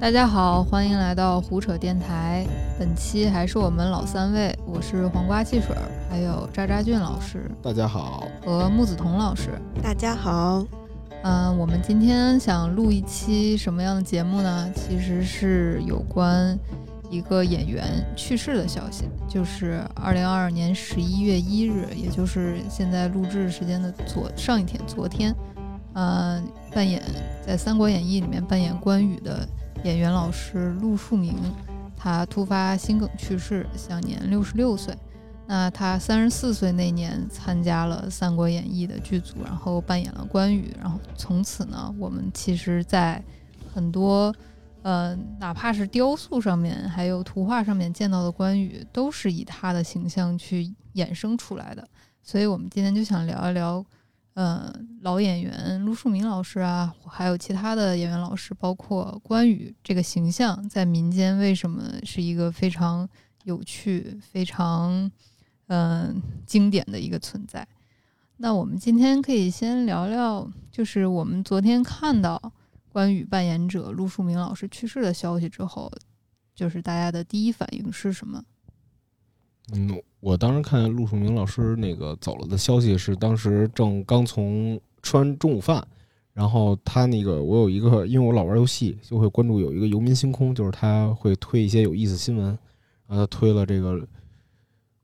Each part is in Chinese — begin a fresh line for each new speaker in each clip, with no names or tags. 大家好，欢迎来到胡扯电台。本期还是我们老三位，我是黄瓜汽水儿，还有渣渣俊老师
大家好，
和木子彤老师。
大家好，
嗯，我们今天想录一期什么样的节目呢？其实是有关一个演员去世的消息，就是二零二二年十一月一日，也就是现在录制时间的昨上一天，昨天，嗯，扮演在《三国演义》里面扮演关羽的演员老师陆树铭，他突发心梗去世，享年六十六岁。那他三十四岁那年参加了《三国演义》的剧组，然后扮演了关羽，然后从此呢，我们其实，在很多呃，哪怕是雕塑上面，还有图画上面见到的关羽，都是以他的形象去衍生出来的。所以我们今天就想聊一聊，呃，老演员陆树铭老师啊，还有其他的演员老师，包括关羽这个形象在民间为什么是一个非常有趣、非常嗯、经典的一个存在。那我们今天可以先聊聊，就是我们昨天看到关羽扮演者陆树铭老师去世的消息之后，就是大家的第一反应是什么？
嗯，我当时看陆树铭老师那个走了的消息是，当时正刚从吃完中午饭，然后他那个我有一个，因为我老玩游戏，就会关注有一个游民星空，就是他会推一些有意思新闻，然后他推了这个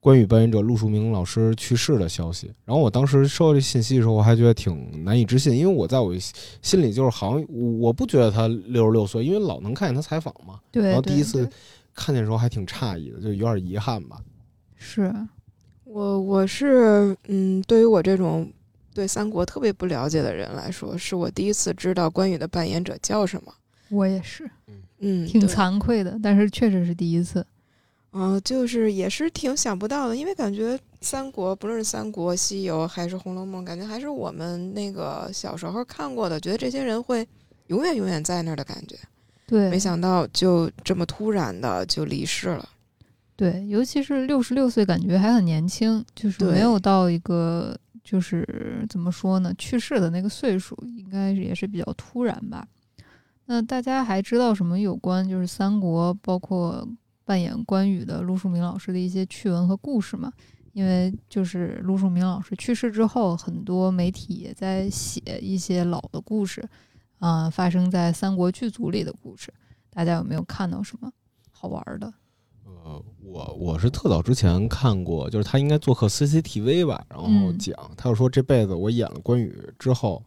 关羽扮演者陆树铭老师去世的消息。然后我当时收到这信息的时候，我还觉得挺难以置信，因为我在我心里就是好像我不觉得他六十六岁，因为老能看见他采访嘛，
对
然后第一次看见的时候还挺诧异的，就有点遗憾吧。
是
我我是嗯，对于我这种对三国特别不了解的人来说，是我第一次知道关羽的扮演者叫什么。
我也是
嗯，
挺
对
惭愧的，但是确实是第一次。
嗯、就是也是挺想不到的，因为感觉三国不论是三国、西游还是《红楼梦》，感觉还是我们那个小时候看过的，觉得这些人会永远永远在那儿的感觉。
对，
没想到就这么突然的就离世了。
对，尤其是六十六岁，感觉还很年轻，就是没
对
有到一个就是怎么说呢，去世的那个岁数，应该是也是比较突然吧。那大家还知道什么有关就是三国，包括扮演关羽的陆树铭老师的一些趣闻和故事吗？因为就是陆树铭老师去世之后，很多媒体也在写一些老的故事，啊、发生在三国剧组里的故事，大家有没有看到什么好玩儿的？
呃，我我是特早之前看过，就是他应该做客 CCTV 吧，然后
嗯
讲，他就说这辈子我演了关羽之后，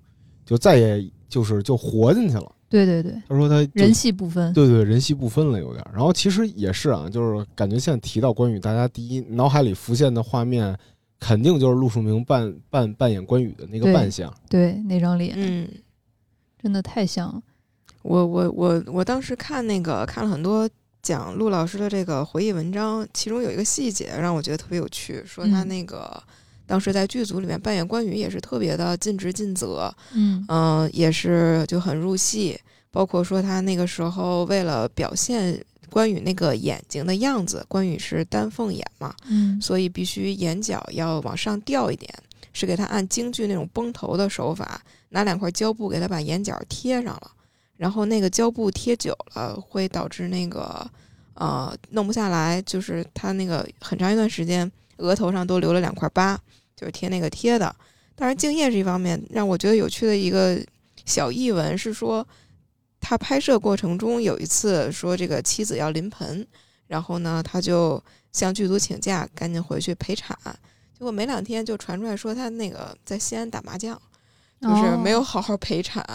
就再也就是就活进去了。
对对对，
他说他就
人戏不分。
对对人戏不分了有点儿。然后其实也是啊，就是感觉现在提到关羽，大家第一脑海里浮现的画面。肯定就是陆树铭扮扮扮演关羽的那个
对嗯
扮相，
对那张脸、
嗯。
真的太像了。
我我我我当时看那个看了很多讲陆老师的这个回忆文章，其中有一个细节让我觉得特别有趣，说他
嗯
那个、当时在剧组里面扮演关羽也是特别的尽职尽责，
嗯
嗯、也是就很入戏，包括说他那个时候为了表现关羽那个眼睛的样子，关羽是丹凤眼嘛，
嗯
所以必须眼角要往上掉一点，是给他按京剧那种崩头的手法，拿两块胶布给他把眼角贴上了，然后那个胶布贴久了会导致那个呃弄不下来，就是他那个很长一段时间额头上都留了两块疤，就是贴那个贴的。当然，敬业是一方面，让我觉得有趣的一个小译文是说，他拍摄过程中有一次说这个妻子要临盆，然后呢，他就向剧组请假，赶紧回去陪产。结果没两天就传出来说他那个在西安打麻将，就是没有
哦
好好陪产，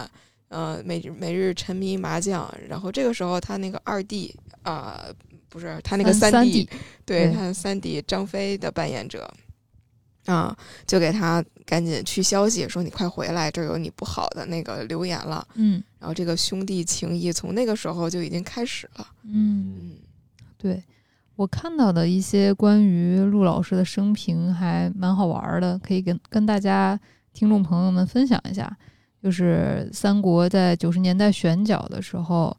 呃，每日每日沉迷麻将。然后这个时候他那个二弟啊、呃不是他那个
三嗯
三
三
弟，
D
对
对
他三弟张飞的扮演者，啊、就给他赶紧去消息说你快回来，这儿有你不好的那个留言了。
嗯
然后这个兄弟情谊从那个时候就已经开始了。
嗯，
嗯
对我看到的一些关于陆老师的生平还蛮好玩儿的，可以跟跟大家听众朋友们分享一下。就是三国在九十年代选角的时候，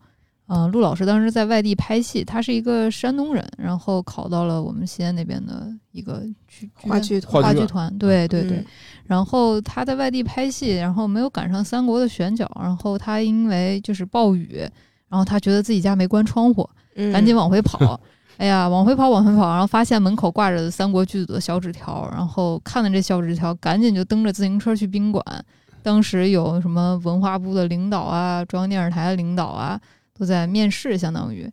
嗯、陆老师当时在外地拍戏，他是一个山东人，然后考到了我们西安那边的一个剧
话
剧
剧
院
话剧
话剧
院
团，对对对。
嗯
然后他在外地拍戏，然后没有赶上三国的选角，然后他因为就是暴雨，然后他觉得自己家没关窗户，
嗯
赶紧往回跑。哎呀，往回跑，往回跑，然后发现门口挂着三国剧组的小纸条，然后看了这小纸条，赶紧就蹬着自行车去宾馆。当时有什么文化部的领导啊，中央电视台的领导啊，都在面试，相当于。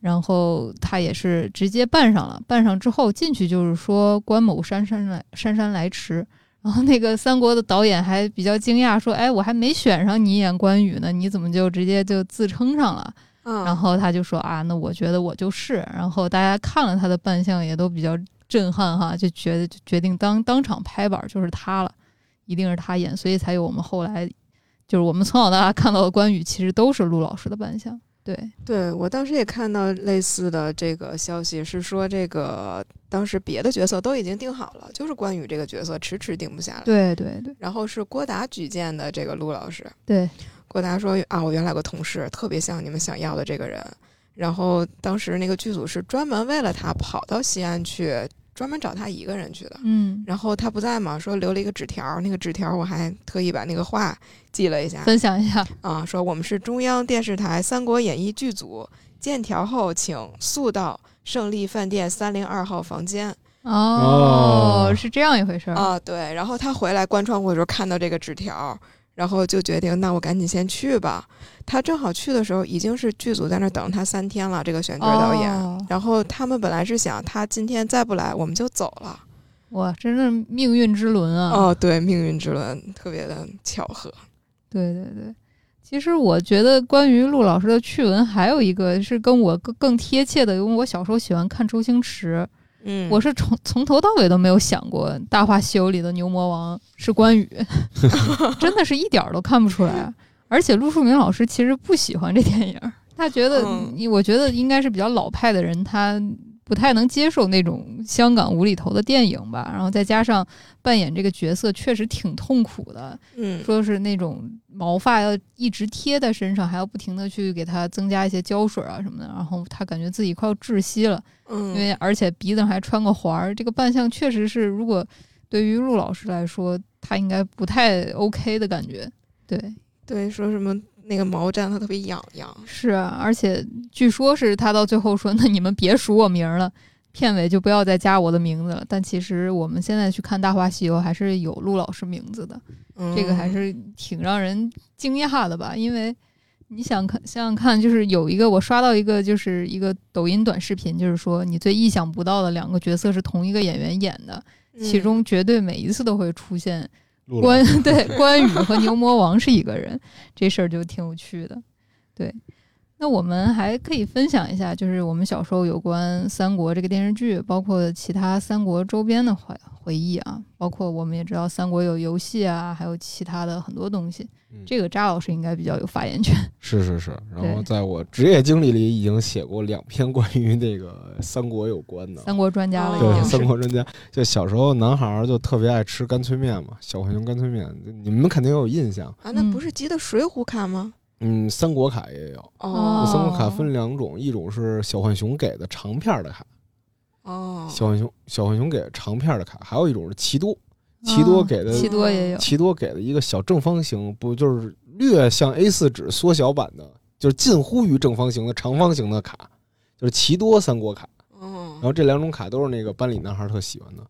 然后他也是直接办上了，办上之后进去就是说关某姗姗来姗姗来迟。然后那个三国的导演还比较惊讶，说：“哎，我还没选上你演关羽呢，你怎么就直接就自称上了？”
嗯，
然后他就说啊，那我觉得我就是。然后大家看了他的扮相也都比较震撼哈，就觉得就决定当当场拍板儿就是他了，一定是他演，所以才有我们后来就是我们从小到大看到的关羽，其实都是陆老师的扮相。对，
对我当时也看到类似的这个消息，是说这个当时别的角色都已经定好了，就是关羽这个角色迟迟定不下来。
对对对
然后是郭达举荐的这个陆老师，
对，
郭达说啊，我原来有个同事特别像你们想要的这个人，然后当时那个剧组是专门为了他跑到西安去，专门找他一个人去的。
嗯，
然后他不在嘛，说留了一个纸条儿，那个纸条儿我还特意把那个话记了一下
分享一下，
啊，说我们是中央电视台《三国演义》剧组，见条后请速到胜利饭店三零二号房间
哦，
哦
是这样一回事儿。
啊。对，然后他回来关窗户的时候看到这个纸条儿，然后就决定，那我赶紧先去吧。他正好去的时候，已经是剧组在那儿等他三天了，这个选角导演。
哦
然后他们本来是想他今天再不来我们就走了。
哇，真是命运之轮啊！
哦，对，命运之轮特别的巧合。
对对对，其实我觉得关于陆老师的趣闻，还有一个是跟我更更贴切的，因为我小时候喜欢看周星驰，
嗯
我是从从头到尾都没有想过《大话西游》里的牛魔王是关 羽，真的是一点儿都看不出来。而且陆树铭老师其实不喜欢这电影儿，他觉得，
嗯
你我觉得应该是比较老派的人，他不太能接受那种香港无厘头的电影吧。然后再加上扮演这个角色确实挺痛苦的，
嗯
说是那种毛发要一直贴在身上，还要不停的去给它增加一些胶水啊什么的，然后他感觉自己快要窒息了，因
嗯
为而且鼻子上还穿个环儿，这个扮相确实是，如果对于陆老师来说，他应该不太 OK 的感觉。对，
对，说什么那个毛毡它特别痒痒。
是啊，而且据说是他到最后说：“那你们别署我名儿了，片尾就不要再加我的名字了。”但其实我们现在去看《大话西游》，还是有陆老师名字的。这个还
嗯
是挺让人惊讶的吧？因为你想看，想想看，就是有一个我刷到一个，就是一个抖音短视频，就是说你最意想不到的两个角色是同一个演员演的，其
嗯
中绝对每一次都会出现
陆老
关
师
对 关羽和牛魔王是一个人，这事儿就挺有趣的。对，那我们还可以分享一下，就是我们小时候有关三国这个电视剧，包括其他三国周边的回回忆啊，包括我们也知道三国有游戏啊，还有其他的很多东西。
嗯
这个扎老师应该比较有发言权。
是是是，然后
对
在我职业经历里已经写过两篇关于那个三国有关的，
三国专家了，
哦
已
嗯对
经
三
是。
国专家。就小时候男孩儿就特别爱吃干脆面嘛，小浣熊干脆面，你们肯定有印象。
啊，那不
嗯
是集的《水浒卡》吗？
嗯，三国卡也有，
哦
三国卡分两种，一种是小浣熊给的长片儿的卡，
哦，
小浣熊小浣熊给的长片儿的卡，还有一种是奇多，奇多给的
哦奇多也有，
奇多给的一个小正方形，不就是略像 A 4纸缩小版的，就是近乎于正方形的长方形的卡，就是奇多三国卡。
哦
然，后这两种卡都是那个班里男孩特喜欢的。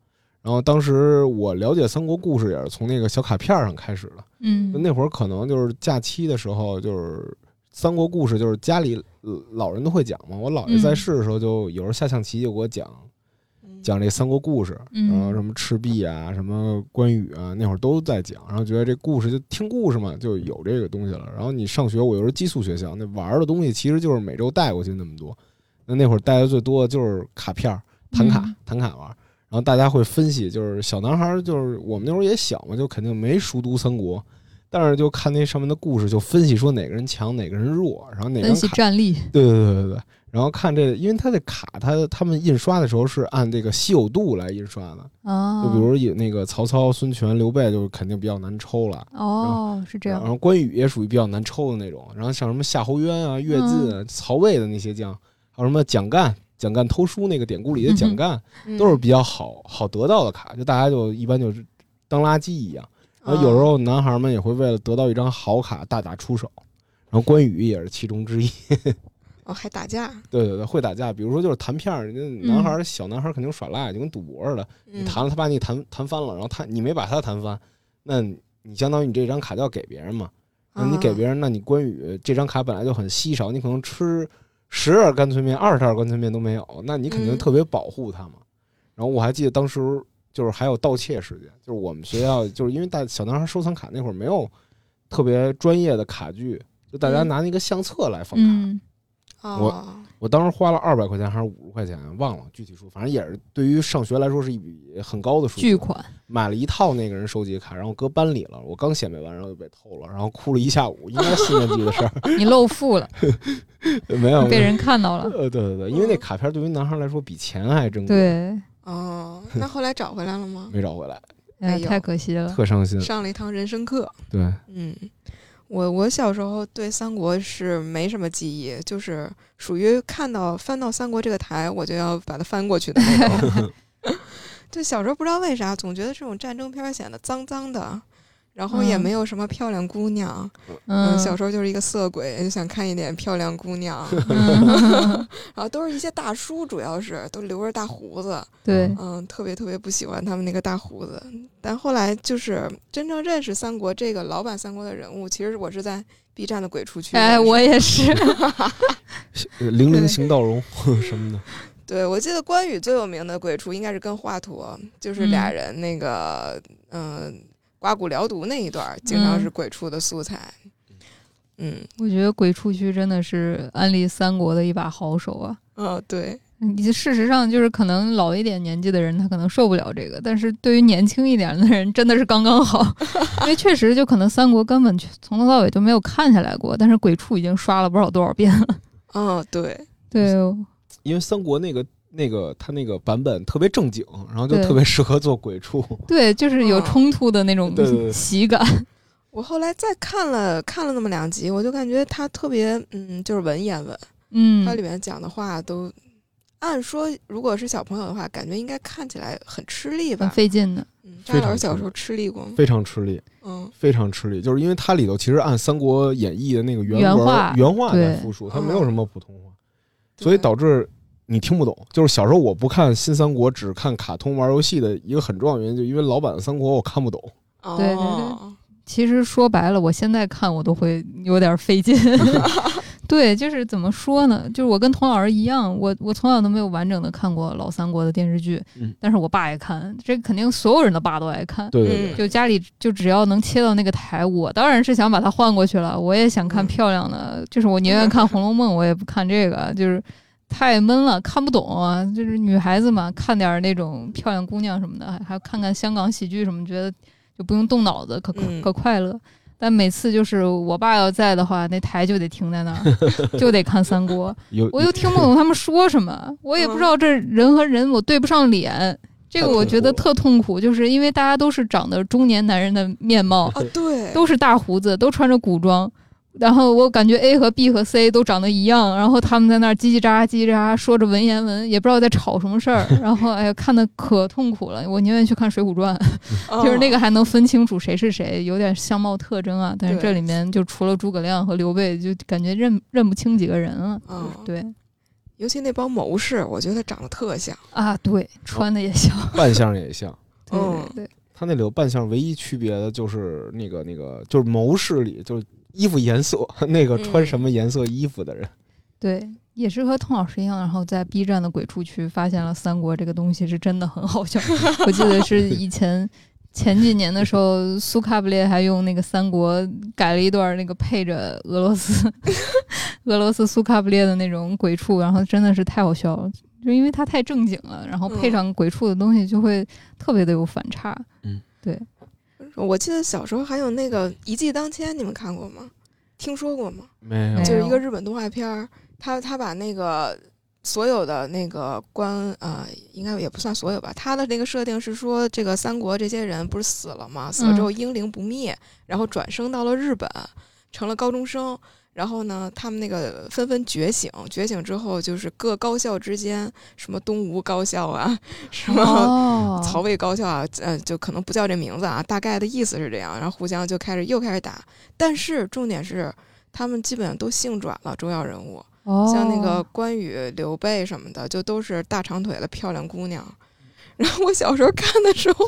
然后当时我了解三国故事也是从那个小卡片上开始的。
嗯
就，那会儿可能就是假期的时候，就是三国故事，就是家里呃老人都会讲嘛。我姥爷在世的时候，就有时候下象棋就给我讲
嗯
讲这三国故事，
嗯
然后什么赤壁啊，什么关羽啊，那会儿都在讲。然后觉得这故事就听故事嘛，就有这个东西了。然后你上学，我又是寄宿学校，那玩儿的东西其实就是每周带过去那么多。那那会儿带的最多的就是卡片儿、弹卡
嗯、
弹卡玩儿。然后大家会分析，就是小男孩儿，就是我们那会儿也小嘛，就肯定没熟读三国，但是就看那上面的故事，就分析说哪个人强，哪个人弱，然后哪个
分
人
析
卡
战力，
对对对对对。然后看这，因为它的卡，它他们印刷的时候是按这个稀有度来印刷的，
啊，
就比如有那个曹操、孙权、刘备，就肯定比较难抽了。
哦，是这样
然，后关羽也属于比较难抽的那种。然后像什么夏侯渊啊、乐进、
嗯
啊、曹魏的那些将，还有什么蒋干、蒋干偷书那个典故里的
嗯
蒋
哼
干，
嗯
都是比较好好得到的卡，就大家就一般就是
嗯
嗯
啊当垃圾一样。然后有时，候男孩们也会为了得到一张好卡大打出手，然后关羽也是其中之一。
哦，还打架，
对对对，会打架，比如说就是弹片儿，人家男孩儿、小男孩儿肯定耍赖，就跟赌博似的。你
嗯，
弹了，他把你弹弹翻了，然后他你没把他弹翻，那你相当于你这张卡就要给别人嘛。那
哦
你
啊
给别人，那你关羽这张卡本来就很稀少，你可能吃十二干脆面、二十二干脆面都没有，那你肯定
嗯
特别保护他嘛。然后我还记得当时就是还有盗窃事件，就是我们学校就是因为大小男孩收藏卡那会儿没有特别专业的卡具，就大家
嗯
拿那个相册来放卡。
嗯
啊，
我
哦
我当时花了二百块钱还是五十块钱，忘了具体数，反正也是对于上学来说是一笔很高的数
巨
字。
款，
买了一套那个人收集的卡，然后搁班里了，我刚显摆完，然后就被偷了，然后哭了一下午，应该四年级的 事儿，
你露富 了，
没有
被。人看到了。
呃，对对对，因为那卡片对于男孩来说比钱还珍贵，
对，
哦，那后来找回来 了吗？
没找回来，
哎
哎
呀，
呦
太可惜了。
特伤心。
上了一堂人生课，
对，
嗯，我我小时候对三国是没什么记忆，就是属于看到翻到三国这个台，我就要把它翻过去的那种。 对，小时候不知道为啥，总觉得这种战争片儿显得脏脏的，然后也
嗯
没有什么漂亮姑娘。
嗯，
小时候就是一个色鬼，就想看一点漂亮姑 娘，
嗯
然后都是一些大叔，主要是都留着大胡子，
对，
嗯，特别特别不喜欢他们那个大胡子。但后来就是真正认识三国这个老版三国的人物，其实我是在 B 站的鬼畜区认识的。
哎，我也是，
呃零
对
零行道荣 什么的，
对我记得关羽最有名的鬼畜应该是跟华佗，就是
嗯
俩人那个嗯、呃刮骨疗毒那一段儿，
嗯
经常是鬼畜的素材。嗯，
我觉得鬼畜区真的是安利三国的一把好手啊。
哦，对，
你事实上就是可能老一点年纪的人，他可能受不了这个，但是对于年轻一点的人，真的是刚刚好，因为确实就可能三国根本就从头到尾就没有看下来过，但是鬼畜已经刷了不知道多少遍了。
哦，对，
对，
因为三国那个那个他那个版本特别正经，然后就
对
特别适合做鬼畜。
对，就是有冲突的那种
对对对
喜感。
我后来再看了看了那么两集，我就感觉他特别嗯，就是文言文。它里
嗯，
面讲的话都，按说如果是小朋友的话，感觉应该看起来很吃力
很
吧？
费劲的。
嗯，
非
张
常
老师
吃
小时
力
候吃力过吗？
非常吃力，
嗯，
非常吃力，就是因为它里头其实按《三国演义》的那个原
原
文
话
原话来
对
复述，
嗯
它没有什么普通话，所以
对
导致你听不懂。就是小时候我不看《新三国》，只看卡通玩游戏的一个很重要原因，就因为老版的《三国》我看不懂。
哦
对对其实说白了，我现在看我都会有点费劲。对，就是怎么说呢？就是我跟童老师一样，我我从小都没有完整的看过老三国的电视剧，
嗯
但是我爸爱看，这肯定所有人的爸都爱看。
对对
嗯
对，
就家里就只要能切到那个台，我当然是想把它换过去了。我也想看
嗯
漂亮的，就是我宁愿看《红楼梦》，我也不看这个，就是太闷了，看不懂啊。就是女孩子嘛，看点儿那种漂亮姑娘什么的，还还有看看香港喜剧什么，觉得就不用动脑子，可可
嗯
可快乐。但每次就是我爸要在的话，那台就得停在那儿，就得看三国。
有
我又听不懂他们说什么，我也不知
嗯
道这人和人我对不上脸，这个我觉得特痛苦，就是因为大家都是长得中年男人的面貌，
啊，对，
都是大胡子，都穿着古装，然后我感觉 A 和 B 和 C 都长得一样，然后他们在那儿叽叽喳喳叽叽喳喳说着文言文，也不知道在吵什么事儿，然后哎呀看的可痛苦了，我宁愿去看《水浒传》。就是那
个，
个还能分清楚谁是谁，有点相貌特征啊。但是
对
这里面就除了诸葛亮和刘备，就感觉认认不清几个人了。
嗯
对
尤其那帮谋士，我觉得长得特像。
啊，对，穿的也 像。
扮相也像。
对
嗯
对对，
他那里头扮相唯一区别的就是那个那个就是谋士里就是衣服颜色， 那个穿什么颜色衣服的人，
对，也是和童老师一样，然后在 B 站的鬼畜区发现了三国这个东西是真的很好 笑。我记得是以前。前几年的时候，苏卡布列还用那个三国改了一段那个配着俄罗斯 俄罗斯苏卡布列的那种鬼畜，然后真的是太好笑了，就因为它太正经了，然后配
嗯
上鬼畜的东西就会特别的有反差。
我记得小时候还有那个《一骑当千》，你们看过吗？听说过吗？
没
有
就是一个日本动画片儿，他他把那个所有的那个官啊、应该也不算所有吧，他的那个设定是说，这个三国这些人不是死了吗？死了之后
嗯
英灵不灭，然后转生到了日本，成了高中生。然后呢，他们那个纷纷觉醒，觉醒之后就是各高校之间，什么东吴高校啊，什么、
哦，
曹魏高校啊，呃，就可能不叫这名字啊，大概的意思是这样，然后互相就开始又开始打，但是重点是他们基本上都性转了重要人物，
哦，
像那个关羽、刘备什么的，就都是大长腿的漂亮姑娘。然后我小时候看的 时候，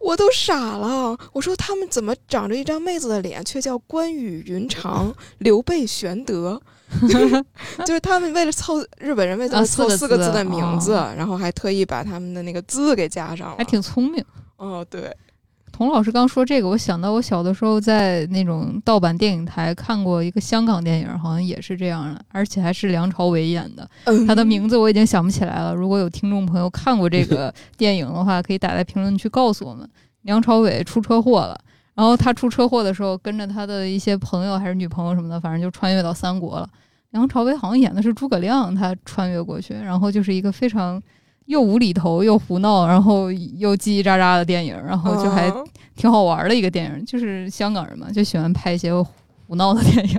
我都傻了。我说他们怎么长着一张妹子的脸，却叫关羽云长、 刘备玄德？就是他们为了凑日本人为
啊
了凑
四
四
个
个
字
字的名字，
哦
然后还特意把他们的那个字给加上了。
还挺聪明。
哦，对，
童老师刚说这个，我想到我小的时候在那种盗版电影台看过一个香港电影，好像也是这样的，而且还是梁朝伟演的。
嗯
他的名字我已经想不起来了。如果有听众朋友看过这个电影的话，可以打在评论区告诉我们。梁朝伟出车祸了，然后他出车祸的时候，跟着他的一些朋友还是女朋友什么的，反正就穿越到三国了。梁朝伟好像演的是诸葛亮，他穿越过去，然后就是一个非常又无厘头又胡闹，然后又叽叽喳喳的电影，然后就还
嗯
挺好玩的一个电影。就是香港人嘛，就喜欢拍一些胡闹的电影。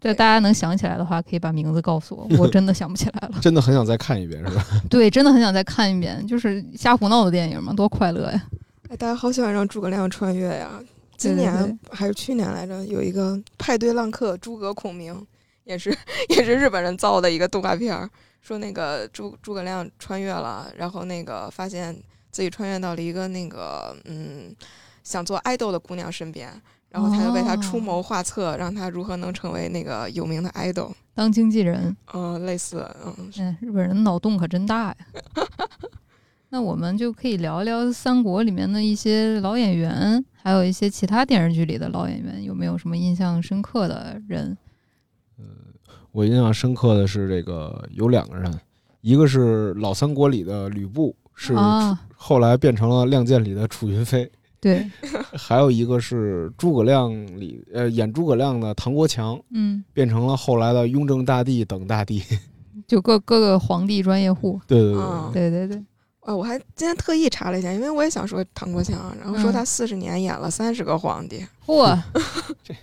对，大家能想起来的话，可以把名字告诉我，我真的想不起来了。
真的很想再看一遍，是吧？
对，真的很想再看一遍，就是瞎胡闹的电影嘛，多快乐呀！
哎，大家好喜欢让诸葛亮穿越呀！
对
今
对
年
对
还是去年来着，有一个派对浪客诸葛孔明，也是也是日本人造的一个动画片儿，说那个诸诸葛亮穿越了，然后那个发现自己穿越到了一个那个嗯想做爱豆的姑娘身边，然后他就为她出
哦
谋划策，让她如何能成为那个有名的爱豆。
当经纪人，
嗯、类似，嗯，
哎，日本人脑洞可真大呀。那我们就可以聊一聊三国里面的一些老演员，还有一些其他电视剧里的老演员，有没有什么印象深刻的人？
我印象深刻的是这个有两个人，一个是老三国里的吕布，是
啊，
后来变成了《亮剑》里的楚云飞，
对，
还有一个是诸葛亮里呃演诸葛亮的唐国强，
嗯，
变成了后来的雍正大帝等大帝。
就各各个皇帝专业户，
对对对对，
哦
对对对，
啊，我还今天特意查了一下，因为我也想说唐国强，然后说
嗯
他四十年演了三十个皇帝，
嚯
这！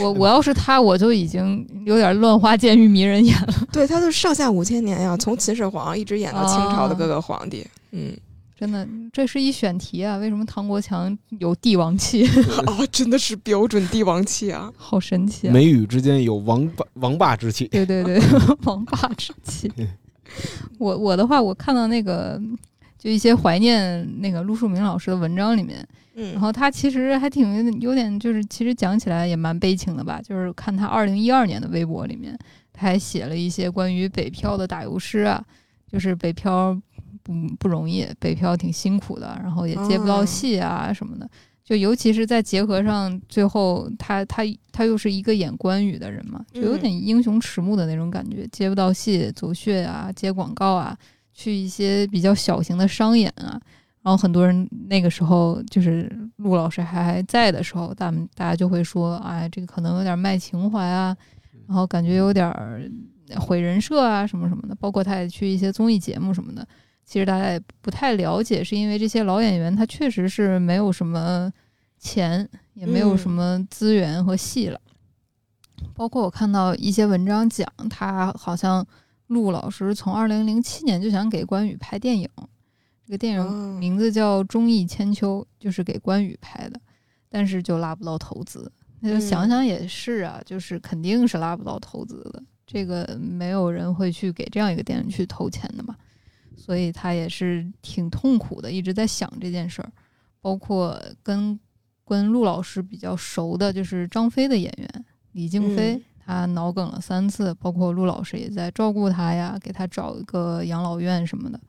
我我要是他，我就已经有点乱花渐欲迷人眼了。
对，他就是上下五千年呀、从秦始皇一直演到清朝的各个皇帝。嗯，
真的，这是一选题啊！为什么唐国强有帝王气？
啊，真的是标准帝王气啊！
好神奇啊！
美宇之间有王霸王霸之气。
对对对，王霸之气。我我的话，我看到那个就一些怀念那个陆树铭老师的文章里面，
嗯，
然后他其实还挺有点，就是其实讲起来也蛮悲情的吧。就是看他二零一二年的微博里面，他还写了一些关于北漂的打油诗啊，就是北漂不不容易，北漂挺辛苦的，然后也接不到
哦
戏啊什么的。就尤其是在结合上，最后他他他又是一个演关羽的人嘛，就有
嗯
点英雄迟暮的那种感觉，接不到戏，走穴啊，接广告啊，去一些比较小型的商演啊，然后很多人那个时候就是陆老师还还在的时候，咱们大家就会说，哎，这个可能有点卖情怀啊，然后感觉有点儿毁人设啊什么什么的。包括他也去一些综艺节目什么的，其实大家也不太了解，是因为这些老演员他确实是没有什么钱，也没有
嗯
什么资源和戏了。包括我看到一些文章讲，他好像陆老师从二零零七年就想给关羽拍电影，这个电影
哦
名字叫《忠义千秋》，就是给关羽拍的，但是就拉不到投资。那就
嗯
想想也是啊，就是肯定是拉不到投资的，这个没有人会去给这样一个电影去投钱的嘛，所以他也是挺痛苦的，一直在想这件事儿。包括跟跟陆老师比较熟的，就是张飞的演员李静飞，
嗯
他脑梗了三次，包括陆老师也在照顾他呀，给他找一个养老院什么的，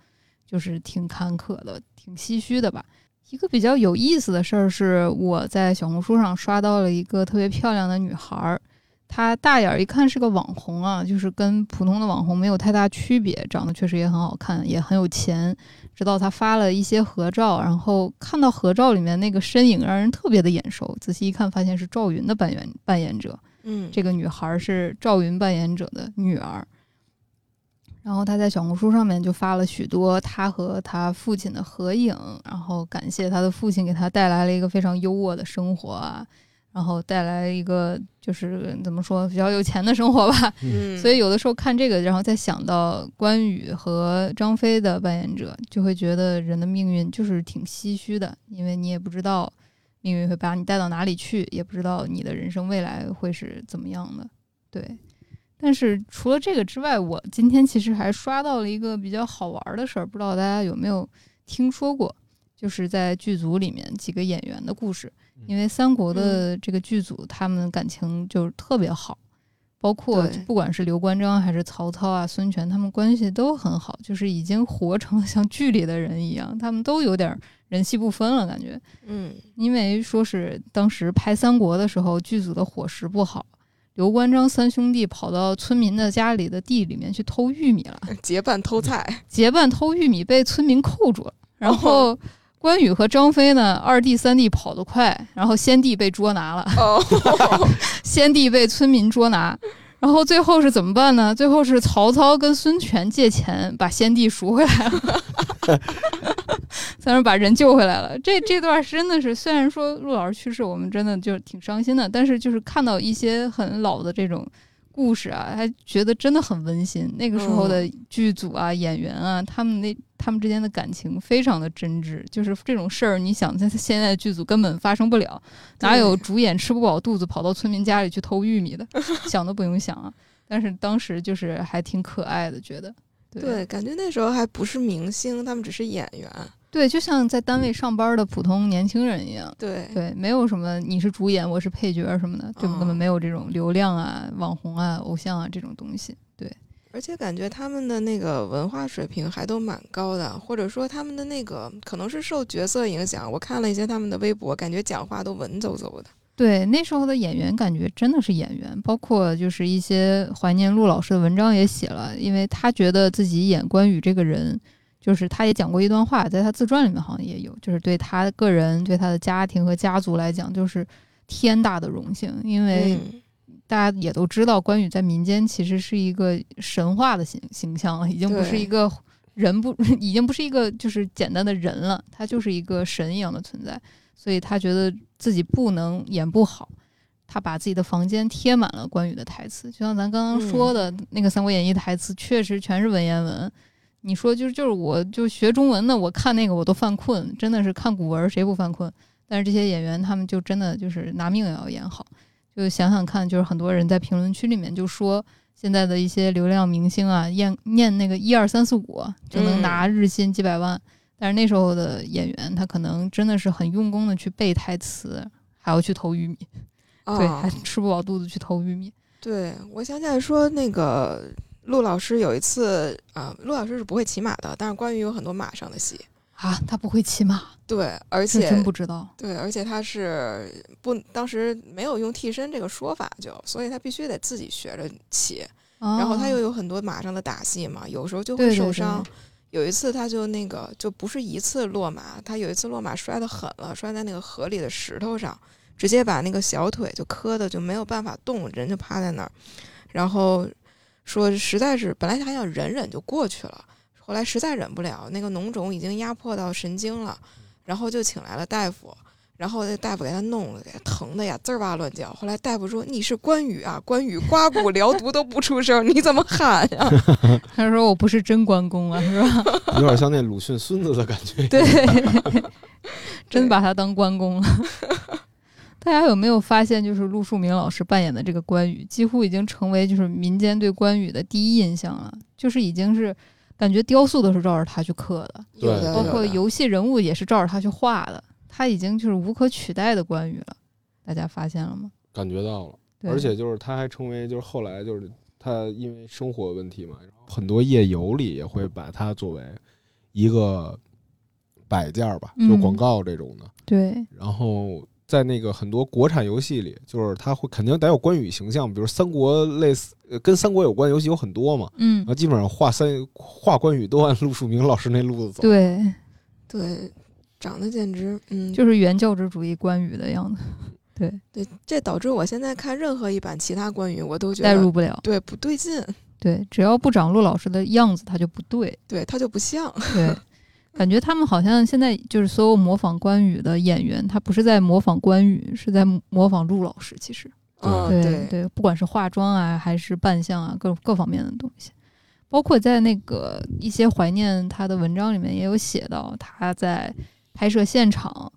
就是挺坎坷的，挺唏嘘的吧。一个比较有意思的事儿是，我在小红书上刷到了一个特别漂亮的女孩儿，她大眼儿一看是个网红啊，就是跟普通的网红没有太大区别，长得确实也很好看，也很有钱。直到她发了一些合照，然后看到合照里面那个身影让人特别的眼熟，仔细一看发现是赵云的扮演扮演者。
嗯，
这个女孩是赵云扮演者的女儿。然后她在小红书上面就发了许多她和她父亲的合影，然后感谢她的父亲给她带来了一个非常优渥的生活啊，然后带来一个就是怎么说比较有钱的生活吧，
嗯，
所以有的时候看这个，然后再想到关羽和张飞的扮演者，就会觉得人的命运就是挺唏嘘的，因为你也不知道命运会把你带到哪里去，也不知道你的人生未来会是怎么样的。对，但是除了这个之外，我今天其实还刷到了一个比较好玩的事儿，不知道大家有没有听说过？就是在剧组里面几个演员的故事，因为三国的这个剧组他们感情就是特别好，包括
对
不管是刘关张还是曹操啊、孙权，他们关系都很好，就是已经活成了像剧里的人一样，他们都有点儿人戏不分了感觉。
嗯
因为说是当时拍《三国》的时候，剧组的伙食不好，刘关张三兄弟跑到村民的家里的地里面去偷玉米了，
结伴偷菜，
结伴偷玉米被村民扣住了。然后关羽和张飞呢，二弟三弟跑得快，然后先帝被捉拿了，
哦，
先帝被村民捉拿。然后最后是怎么办呢？最后是曹操跟孙权借钱把先帝赎回来了， 算是把人救回来了。这这段真的是，虽然说陆老师去世，我们真的就挺伤心的，但是就是看到一些很老的这种故事啊，还觉得真的很温馨。那个时候的剧组啊、演员啊，他们那他们之间的感情非常的真挚，就是这种事儿，你想在现在的剧组根本发生不了，哪有主演吃不饱肚子跑到村民家里去偷玉米的？ 想都不用想啊！但是当时就是还挺可爱的，觉得对
对，感觉那时候还不是明星，他们只是演员。
对就像在单位上班的普通年轻人一样。
对，
对，没有什么你是主演，我是配角什么的，对吧？
嗯
根本没有这种流量啊、网红啊、偶像啊这种东西。对，
而且感觉他们的那个文化水平还都蛮高的，或者说他们的那个可能是受角色影响，我看了一些他们的微博，感觉讲话都文绉绉的。
对，那时候的演员感觉真的是演员，包括就是一些怀念陆老师的文章也写了，因为他觉得自己演关羽这个人，就是他也讲过一段话，在他自传里面好像也有，就是对他个人、对他的家庭和家族来讲，就是天大的荣幸，因为
嗯，
大家也都知道，关羽在民间其实是一个神话的形形象了，已经不是
对
一个人不， 已经不是一个就是简单的人了，他就是一个神一样的存在。所以他觉得自己不能演不好，他把自己的房间贴满了关羽的台词，就像咱刚刚说的、那个《三国演义》的台词，确实全是文言文。你说就是就是，我就学中文的，我看那个我都犯困，真的是看古文谁不犯困？但是这些演员他们就真的就是拿命也要演好。就想想看，就是很多人在评论区里面就说，现在的一些流量明星啊，念念那个一二三四五就能
嗯
拿日薪几百万，但是那时候的演员他可能真的是很用功的去背台词，还要去偷玉米，对，
哦
还吃不饱肚子去偷玉米。
对，我想起来说，那个陆老师有一次啊、陆老师是不会骑马的，但是关羽有很多马上的戏。
啊，他不会骑马，
对，而
这
且
真不知道。
对，而且他是不当时没有用替身这个说法就，所以他必须得自己学着骑。然
然
后他又有很多马上的打戏嘛，有时候就
对
会
对
受
对
伤。有一次他就那个就不是一次落马，他有一次落马摔得狠了，摔在那个河里的石头上，直接把那个小腿就磕的就没有办法动，人就趴在那儿，然后说实在是本来还想忍忍就过去了，后来实在忍不了，那个脓肿已经压迫到神经了，然后就请来了大夫。然后那大夫给他弄的，给他疼的呀，滋儿哇乱叫。后来大夫说：“你是关羽啊，关羽刮骨疗毒都不出声，你怎么喊 呀
他说我不是真关公啊，是吧？
有点像那鲁迅孙子的感觉。
对，真把他当关公了。大家有没有发现，就是陆树铭老师扮演的这个关羽，几乎已经成为就是民间对关羽的第一印象了，就是已经是感觉雕塑都是照着他去刻的。？”
对
有的
包括
有的
游戏人物也是照着他去画的，他已经就是无可取代的关羽了，大家发现了吗？
感觉到了。
对
而且就是他还成为就是后来就是他因为生活问题嘛，然后很多夜游里也会把它作为一个摆件儿吧，
嗯
就广告这种的。
对
然后在那个很多国产游戏里，就是它会肯定得有关羽形象，比如三国类似呃跟三国有关的游戏有很多嘛，
嗯
然，后基本上画三画关羽都按陆树铭老师那路子走。
对，
对，长得简直嗯，
就是原教旨主义关羽的样子，对，
对，这导致我现在看任何一版其他关羽，我都觉
代入
得
不了。
对不对劲，
对，只要不长陆老师的样子，他就不对。
对他就不像。
对，感觉他们好像现在就是所有模仿关羽的演员，他不是在模仿关羽，是在模仿陆老师。其实，
嗯，
对
对
对，不管是化妆啊，还是扮相啊，各各方面的东西，包括在那个一些怀念他的文章里面也有写到，他在拍摄现场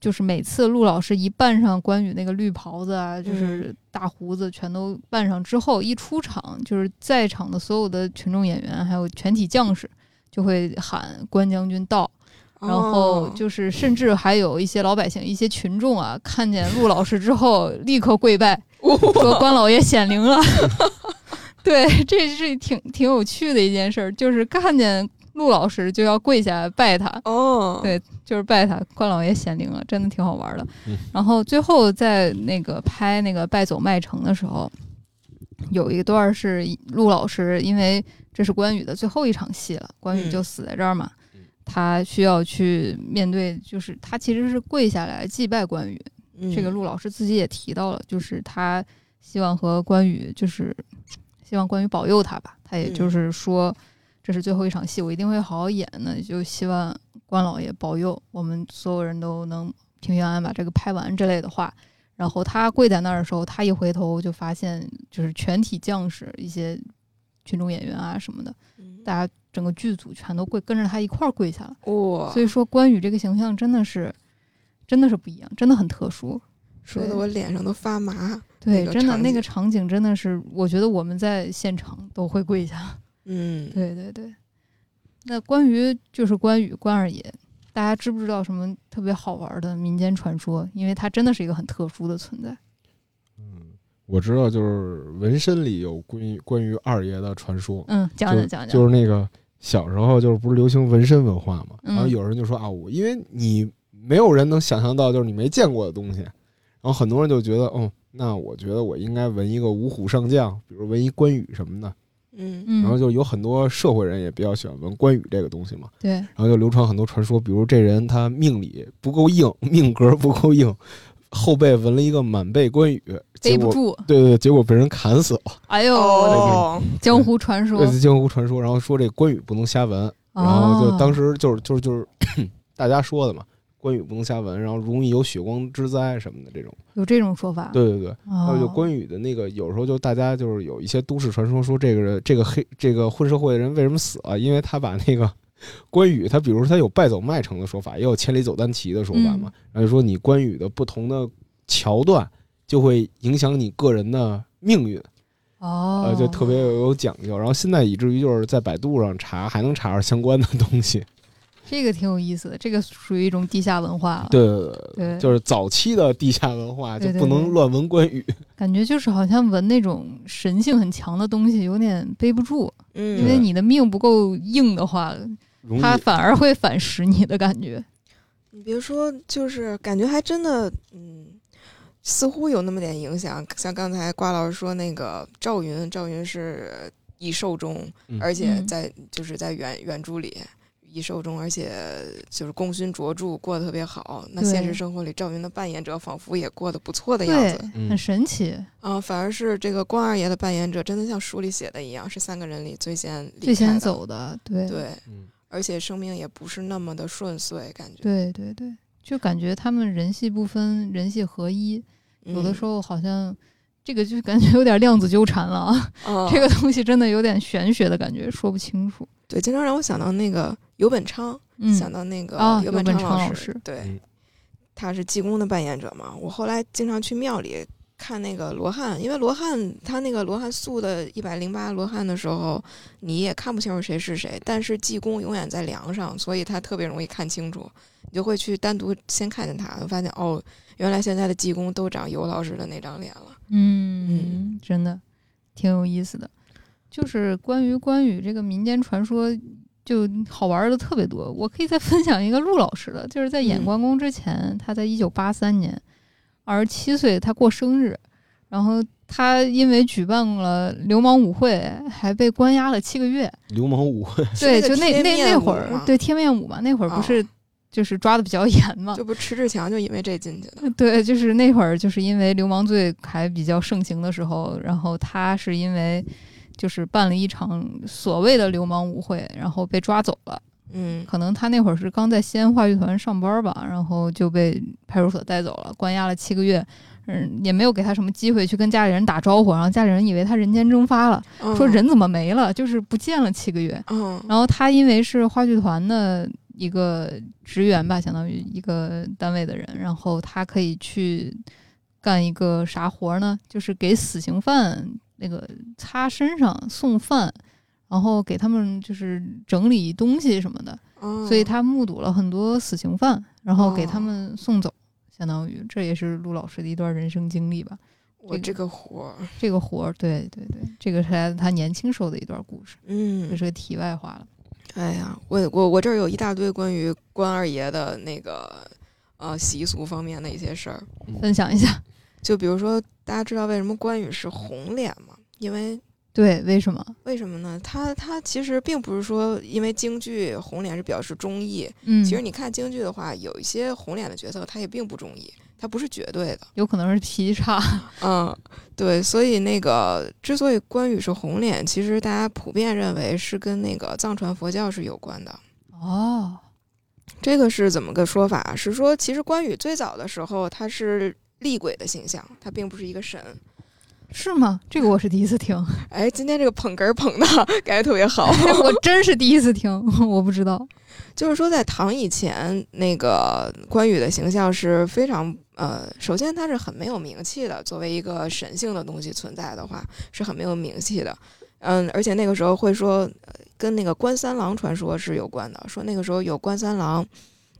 就是每次陆老师一扮上关羽那个绿袍子啊，就是大胡子全都扮上之后，一出场，就是在场的所有的群众演员还有全体将士就会喊关将军到，然后
哦
就是甚至还有一些老百姓、一些群众啊，看见陆老师之后立刻跪拜，说关老爷显灵了。 对，这是挺挺有趣的一件事儿，就是看见陆老师就要跪下拜他。
哦，
对就是拜他，关老爷显灵了，真的挺好玩的。
嗯
然后最后在那个拍那个《败走麦城》的时候，有一段是陆老师，因为这是关羽的最后一场戏了，关羽
嗯
就死在这儿嘛，
嗯
他需要去面对，就是他其实是跪下来祭拜关羽。
嗯
这个陆老师自己也提到了，就是他希望和关羽，就是希望关羽保佑他吧。他也
嗯
就是说，这是最后一场戏，我一定会好好演的，就希望关老爷保佑我们所有人都能平平安安把这个拍完之类的话。然后他跪在那儿的时候，他一回头就发现，就是全体将士、一些群众演员啊什么的，
嗯
大家整个剧组全都跪跟着他一块儿跪下了。
哇
所，以说，关羽这个形象真的是，真的是不一样，真的很特殊。
说的
对
我脸上都发麻。
对，
个
真的
场
那
景
个场景真的是，我觉得我们在现场都会跪 下。
嗯，
对对对。那关于就是关羽关二爷，大家知不知道什么特别好玩的民间传说？因为它真的是一个很特殊的存在。
我知道，就是纹身里有关于关于二爷的传说，
嗯，讲
就
讲讲
就
讲。
是那个小时候就是不是流行纹身文化嘛，
嗯
然后有人就说啊，我因为你没有人能想象到就是你没见过的东西，然后很多人就觉得，哦，那我觉得我应该纹一个五虎上将，比如纹一关羽什么的，
嗯
嗯，
然后就有很多社会人也比较喜欢纹关羽这个东西嘛，
对，
然后就流传很多传说，比如这人他命里不够硬，命格不够硬，后背纹了一个满背关羽，
背
结
不
果
住。
对对，结果被人砍死了，
哎呦，我的
哦，
江湖传说
这。是江湖传说，然后说这关羽不能瞎纹，呃然后就当
时
时就是就是就是 大家说的嘛，关羽不能瞎纹，然后容易有血光之灾什么的这种。
有这种说法。
对对对，
哦，
还有就关羽的那个，有时候就大家就是有一些都市传说说这个人这个黑这个混社会的人为什么死啊？因为他把那个关羽，他比如说他有败走麦城的说法，也有千里走单骑的说法嘛，
嗯
然后就说你关羽的不同的桥段就会影响你个人的命运。
哦，
呃，就特别有有讲究。然后现在以至于就是在百度上查，还能查着相关的东西。
这个挺有意思的，这个属于一种地下文化了。
对对对
对，
就是早期的地下文化
对
就
对
不能
对
乱闻关羽。
感觉就是好像闻那种神性很强的东西，有点背不住，因为
嗯，
你的命不够硬的话，
容易
它反而会反噬你的感觉。
你别说，就是感觉还真的，嗯，似乎有那么点影响。像刚才瓜老师说那个赵云，赵云是以寿终，
嗯
而且
嗯
在就是在原原著里。以寿终，而且就是功勋卓著，过得特别好。那
对
现实生活里，赵云的扮演者仿佛也过得不错的样
对
子。，
嗯
很神奇，
啊、反而是这个关二爷的扮演者，真的像书里写的一样，是三个人里最先离
最
开
先
的，
走的，对
对，
嗯
而且生命也不是那么的顺遂，感觉
对对对就感觉他们人系不分，人系合一，有的时
候、
候好像。这个就感觉有点量子纠缠了啊，
嗯
这个东西真的有点玄学的感觉，说不清楚。
对，经常让我想到那个游本昌，
嗯，
想到那个
啊
游
游本
昌
昌老
师
师，
对，
嗯
他是济公的扮演者嘛。我后来经常去庙里看那个罗汉，因为罗汉他那个罗汉塑的一百零八罗汉的时候，你也看不清楚谁是谁，但是济公永远在梁上，所以他特别容易看清楚。你就会去单独先看见他，发现哦，原来现在的济公都长尤老师的那张脸了。
嗯，真的挺有意思的。就是关于关羽这个民间传说，就好玩儿的特别多。我可以再分享一个陆老师的，就是在演
嗯
关公之前，他在一九八三年二十七岁，他过生日，然后他因为举办了流氓舞会，还被关押了七个月。
流氓舞会，
对，
那个
就那
贴
那
面
那
舞
会儿
吗，
对贴面舞嘛，那会儿不
哦
是就是抓的比较严嘛，
这不迟志强就因为这进去的。
对，就是那会儿，就是因为流氓罪还比较盛行的时候，然后他是因为就是办了一场所谓的流氓舞会，然后被抓走了。
嗯
可能他那会儿是刚在西安话剧团上班吧，然后就被派出所带走了，关押了七个月。嗯，也没有给他什么机会去跟家里人打招呼，然后家里人以为他人间蒸发了，
嗯
说人怎么没了，就是不见了七个月。
嗯
然后他因为是话剧团的一个职员吧，相当于一个单位的人，然后他可以去干一个啥活儿呢？就是给死刑犯那个擦身上、送饭，然后给他们就是整理东西什么的。
哦
所以他目睹了很多死刑犯，然后给
哦
他们送走，相当于这也是陆老师的一段人生经历吧。
我这个活儿，
这个活儿，对对对，这个是他他年轻时候的一段故事，这
嗯，
是个题外话了。
哎呀，我我我这儿有一大堆关于关二爷的那个呃习俗方面的一些事儿，
分享一下，
就比如说大家知道为什么关羽是红脸吗？因为
对，为什么？
为什么呢？他他其实并不是说，因为京剧红脸是表示忠义。
嗯，
其实你看京剧的话，有一些红脸的角色，他也并不忠义，他不是绝对的。
有可能是脾气 差，
嗯，对，所以那个之所以关羽是红脸，其实大家普遍认为是跟那个藏传佛教是有关的。
哦，
这个是怎么个说法？啊是说其实关羽最早的时候他是厉鬼的形象，他并不是一个神。
是吗？这个我是第一次听，
哎，今天这个捧哏儿捧的 感觉特别好。
这个我真是第一次听， 我不知道。
就是说，在唐以前，那个关羽的形象是非常呃，首先他是很没有名气的，作为一个神性的东西存在的话，是很没有名气的。嗯，而且那个时候会说，呃跟那个关三郎传说是有关的，说那个时候有关三郎，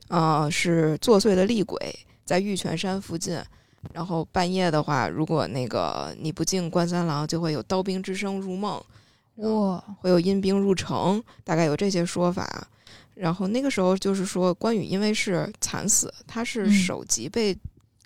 呃，是作祟的厉鬼，在玉泉山附近。然后半夜的话，如果那个你不敬关三郎，就会有刀兵之声入梦，
哇，
会有阴兵入城，大概有这些说法。然后那个时候就是说，关羽因为是惨死，他是
嗯
首级被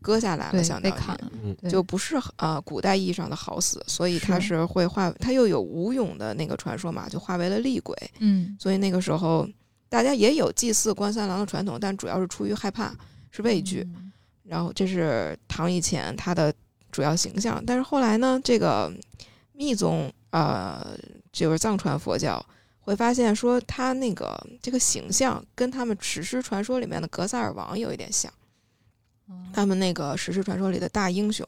割下来了，
对，
相
被
当于
砍了，
嗯
对
就不是呃古代意义上的好死，所以
是
他是会化，他又有吴勇的那个传说嘛，就化为了厉鬼。
嗯，
所以那个时候大家也有祭祀关三郎的传统，但主要是出于害怕，是畏惧。
嗯
然后这是唐以前他的主要形象，但是后来呢，这个密宗呃，就是藏传佛教，会发现说他那个这个形象跟他们史诗传说里面的格萨尔王有一点像，
嗯
他们那个史诗传说里的大英雄，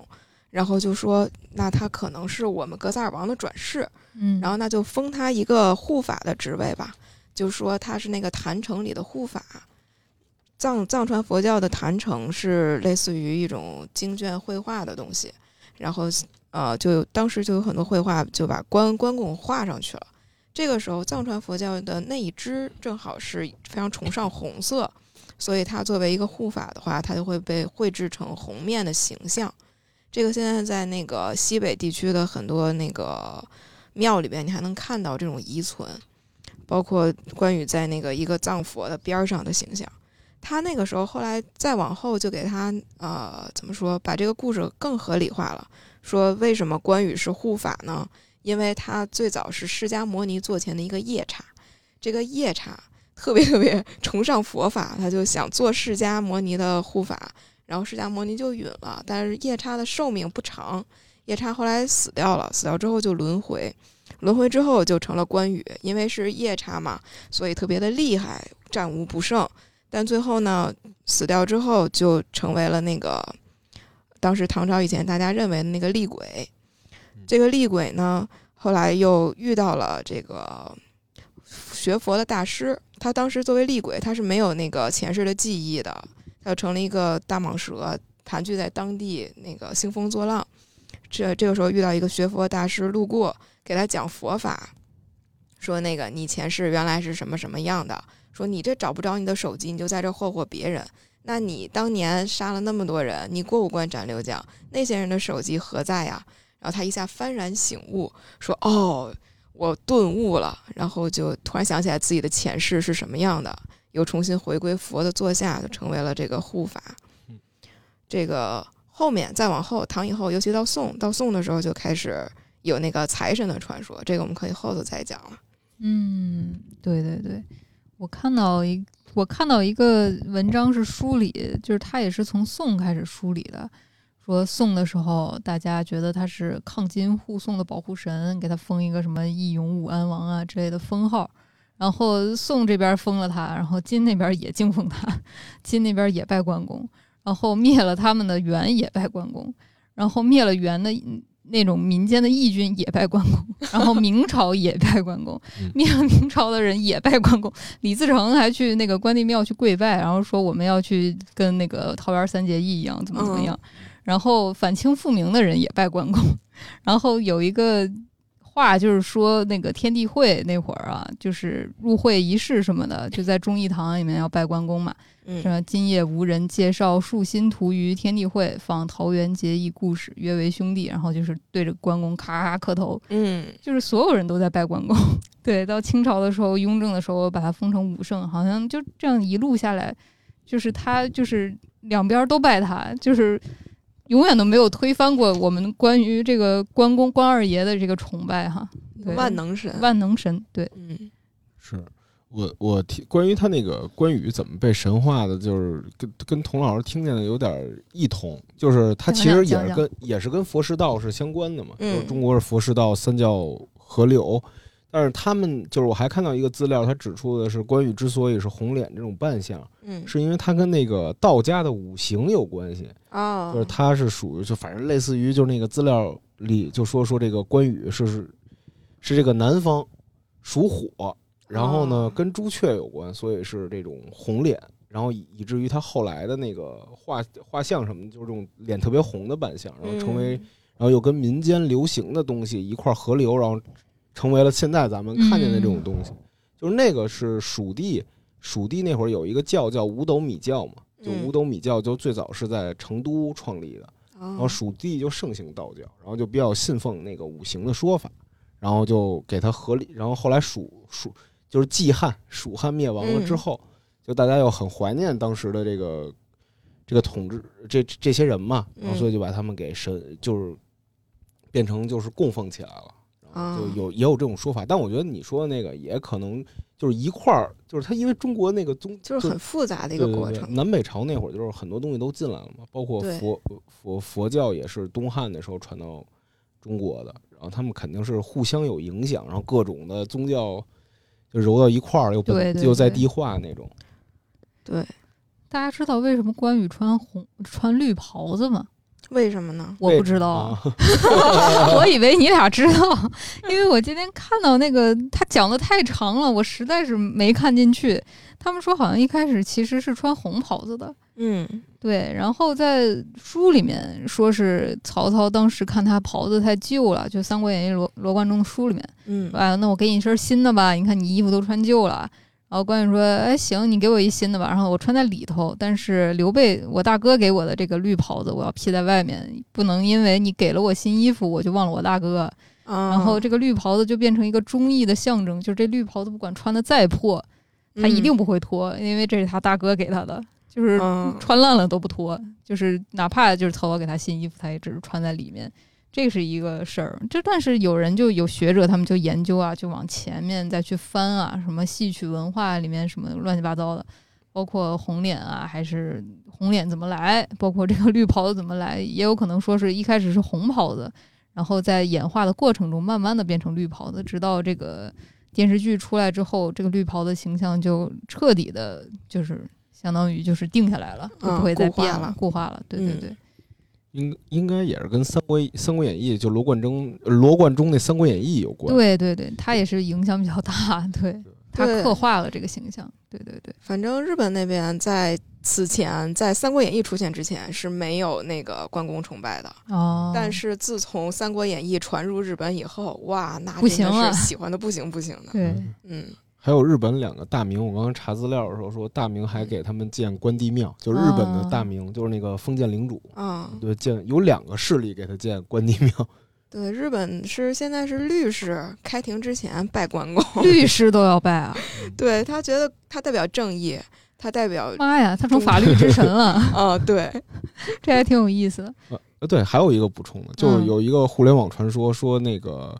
然后就说那他可能是我们格萨尔王的转世，
嗯，
然后那就封他一个护法的职位吧，就说他是那个坛城里的护法。藏藏传佛教的坛城是类似于一种经卷绘画的东西，然后呃，就当时就有很多绘画就把关关公画上去了。这个时候，藏传佛教的那一支正好是非常崇尚红色，所以它作为一个护法的话，它就会被绘制成红面的形象。这个现在在那个西北地区的很多那个庙里边，你还能看到这种遗存，包括关羽在那个一个藏佛的边儿上的形象。他那个时候后来再往后就给他呃怎么说，把这个故事更合理化了。说为什么关羽是护法呢？因为他最早是释迦摩尼座前的一个夜叉，这个夜叉特别特别崇尚佛法，他就想做释迦摩尼的护法，然后释迦摩尼就允了。但是夜叉的寿命不长，夜叉后来死掉了，死掉之后就轮回，轮回之后就成了关羽，因为是夜叉嘛，所以特别的厉害，战无不胜。但最后呢，死掉之后就成为了那个当时唐朝以前大家认为的那个厉鬼。这个厉鬼呢，后来又遇到了这个学佛的大师，他当时作为厉鬼，他是没有那个前世的记忆的，他就成了一个大蟒蛇，盘踞在当地那个兴风作浪。这这个时候遇到一个学佛大师路过，给他讲佛法，说那个你前世原来是什么什么样的，说你这找不着你的手机，你就在这霍霍别人。那你当年杀了那么多人，你过五关斩六将，那些人的手机何在呀？然后他一下幡然醒悟，说：“哦，我顿悟了。”然后就突然想起来自己的前世是什么样的，又重新回归佛的座下，就成为了这个护法
嗯。
这个后面再往后，唐以后，尤其到宋，到宋的时候就开始有那个财神的传说，这个我们可以后头再讲了。
嗯，对对对，我看到一我看到一个文章是梳理，就是他也是从宋开始梳理的，说宋的时候大家觉得他是抗金护宋的保护神，给他封一个什么义勇武安王啊之类的封号。然后宋这边封了他，然后金那边也敬奉他，金那边也拜关公，然后灭了他们的元也拜关公，然后灭了元的那种民间的义军也拜关公，然后明朝也拜关公，
嗯
明明朝的人也拜关公。李自成还去那个关帝庙去跪拜，然后说我们要去跟那个桃园三结义一样，怎么怎么样。然后反清复明的人也拜关公，然后有一个话就是说那个天地会那会儿啊，就是入会仪式什么的，就在忠义堂里面要拜关公嘛。什
嗯
么今夜无人介绍，树心图于天地会，访桃园结义故事，约为兄弟。然后就是对着关公咔咔磕头，
嗯，
就是所有人都在拜关公。 对，到清朝的时候，雍正的时候把他封成武圣，好像就这样一路下来，就是他就是两边都拜他，就是永远都没有推翻过我们关于这个关公关二爷的这个崇拜哈。对
万能神，
万能神，对，
嗯
是我我听关于他那个关羽怎么被神化的，就是跟跟童老师听见的有点异同，就是他其实也
讲讲
是
讲
跟也是跟佛释道是相关的嘛，
嗯
就是中国是佛释道三教合流。但是他们就是我还看到一个资料，他指出的是关羽之所以是红脸这种扮相，
嗯
是因为他跟那个道家的五行有关系。
哦，
就是他是属于就反正类似于就是那个资料里就说说这个关羽是是是这个南方属火，然后呢
哦
跟朱雀有关，所以是这种红脸，然后以以至于他后来的那个画画像什么的，就是这种脸特别红的扮相，然后成
嗯
为、然后又跟民间流行的东西一块儿合流，然后成为了现在咱们看见的这种东西。就是那个是蜀地，蜀地那会儿有一个教叫五斗米教嘛，就
嗯
五斗米教就最早是在成都创立的，
嗯，
然
哦
后蜀地就盛行道教，然后就比较信奉那个五行的说法，然后就给它合理，然后后来蜀蜀就是季汉，蜀汉灭亡了之
嗯
后，就大家又很怀念当时的这个这个统治这这些人嘛，然后
嗯
所以就把他们给神就是变成就是供奉起来了。然后
啊
就有也有这种说法，但我觉得你说的那个也可能就是一块儿，就是它因为中国那个宗
就是很复杂的一
对
个
对
过
对
程，
南北朝那会儿就是很多东西都进来了嘛，包括
对
佛佛佛教也是东汉的时候传到中国的，然后他们肯定是互相有影响，然后各种的宗教就揉到一块儿，又本
对对
又在
对
地化那种。
对，
大家知道为什么关羽穿红穿绿袍子吗？
为什么呢？
我
为
不知道。
啊，
我以为你俩知道，因为我今天看到那个他讲的太长了，我实在是没看进去。他们说好像一开始其实是穿红袍子的，
嗯
对。然后在书里面说是曹操当时看他袍子太旧了，就《三国演义》罗罗贯中的书里面，
嗯
哎，那我给你一身新的吧，你看你衣服都穿旧了。然后关羽说：“哎，行，你给我一新的吧。”然后我穿在里头，但是刘备我大哥给我的这个绿袍子，我要披在外面，不能因为你给了我新衣服，我就忘了我大哥。
啊，
然后这个绿袍子就变成一个忠义的象征，就是这绿袍子不管穿的再破，
嗯
他一定不会脱，因为这是他大哥给他的，就是
嗯
穿烂了都不脱，就是哪怕就是曹操给他新衣服，他也只是穿在里面。这是一个事儿，这但是有人就有学者，他们就研究啊，就往前面再去翻啊，什么戏曲文化里面什么乱七八糟的，包括红脸啊，还是红脸怎么来，包括这个绿袍子怎么来，也有可能说是一开始是红袍子，然后在演化的过程中，慢慢的变成绿袍子，直到这个电视剧出来之后，这个绿袍的形象就彻底的，就是相当于就是定下来了，就不会再变了，
嗯
固化了。对对对，
应应该也是跟三国三国演义就罗贯中呃罗贯中那《三国演义》有关。
对对对，他也是影响比较大，对他
对
刻画了这个形象。对对对，
反正日本那边在此前，在《三国演义》出现之前是没有那个关公崇拜的，
哦，
但是自从《三国演义》传入日本以后，哇，那
不
真
行
的
了
是喜欢的不行不行的。
对，
嗯
嗯，
还有日本两个大名，我刚刚查资料的时候说，大名还给他们建关帝庙，就是日本的
啊
大名，就是那个封建领主。
啊、
对，建有两个势力给他建关帝庙，
对，日本是现在是律师开庭之前拜关公，
律师都要拜啊！
对他觉得他代表正义，他代表
妈呀，他成法律之神 了，
啊、对，
这还挺有意思的。
呃，对，还有一个补充的，就是
嗯
有一个互联网传说说那个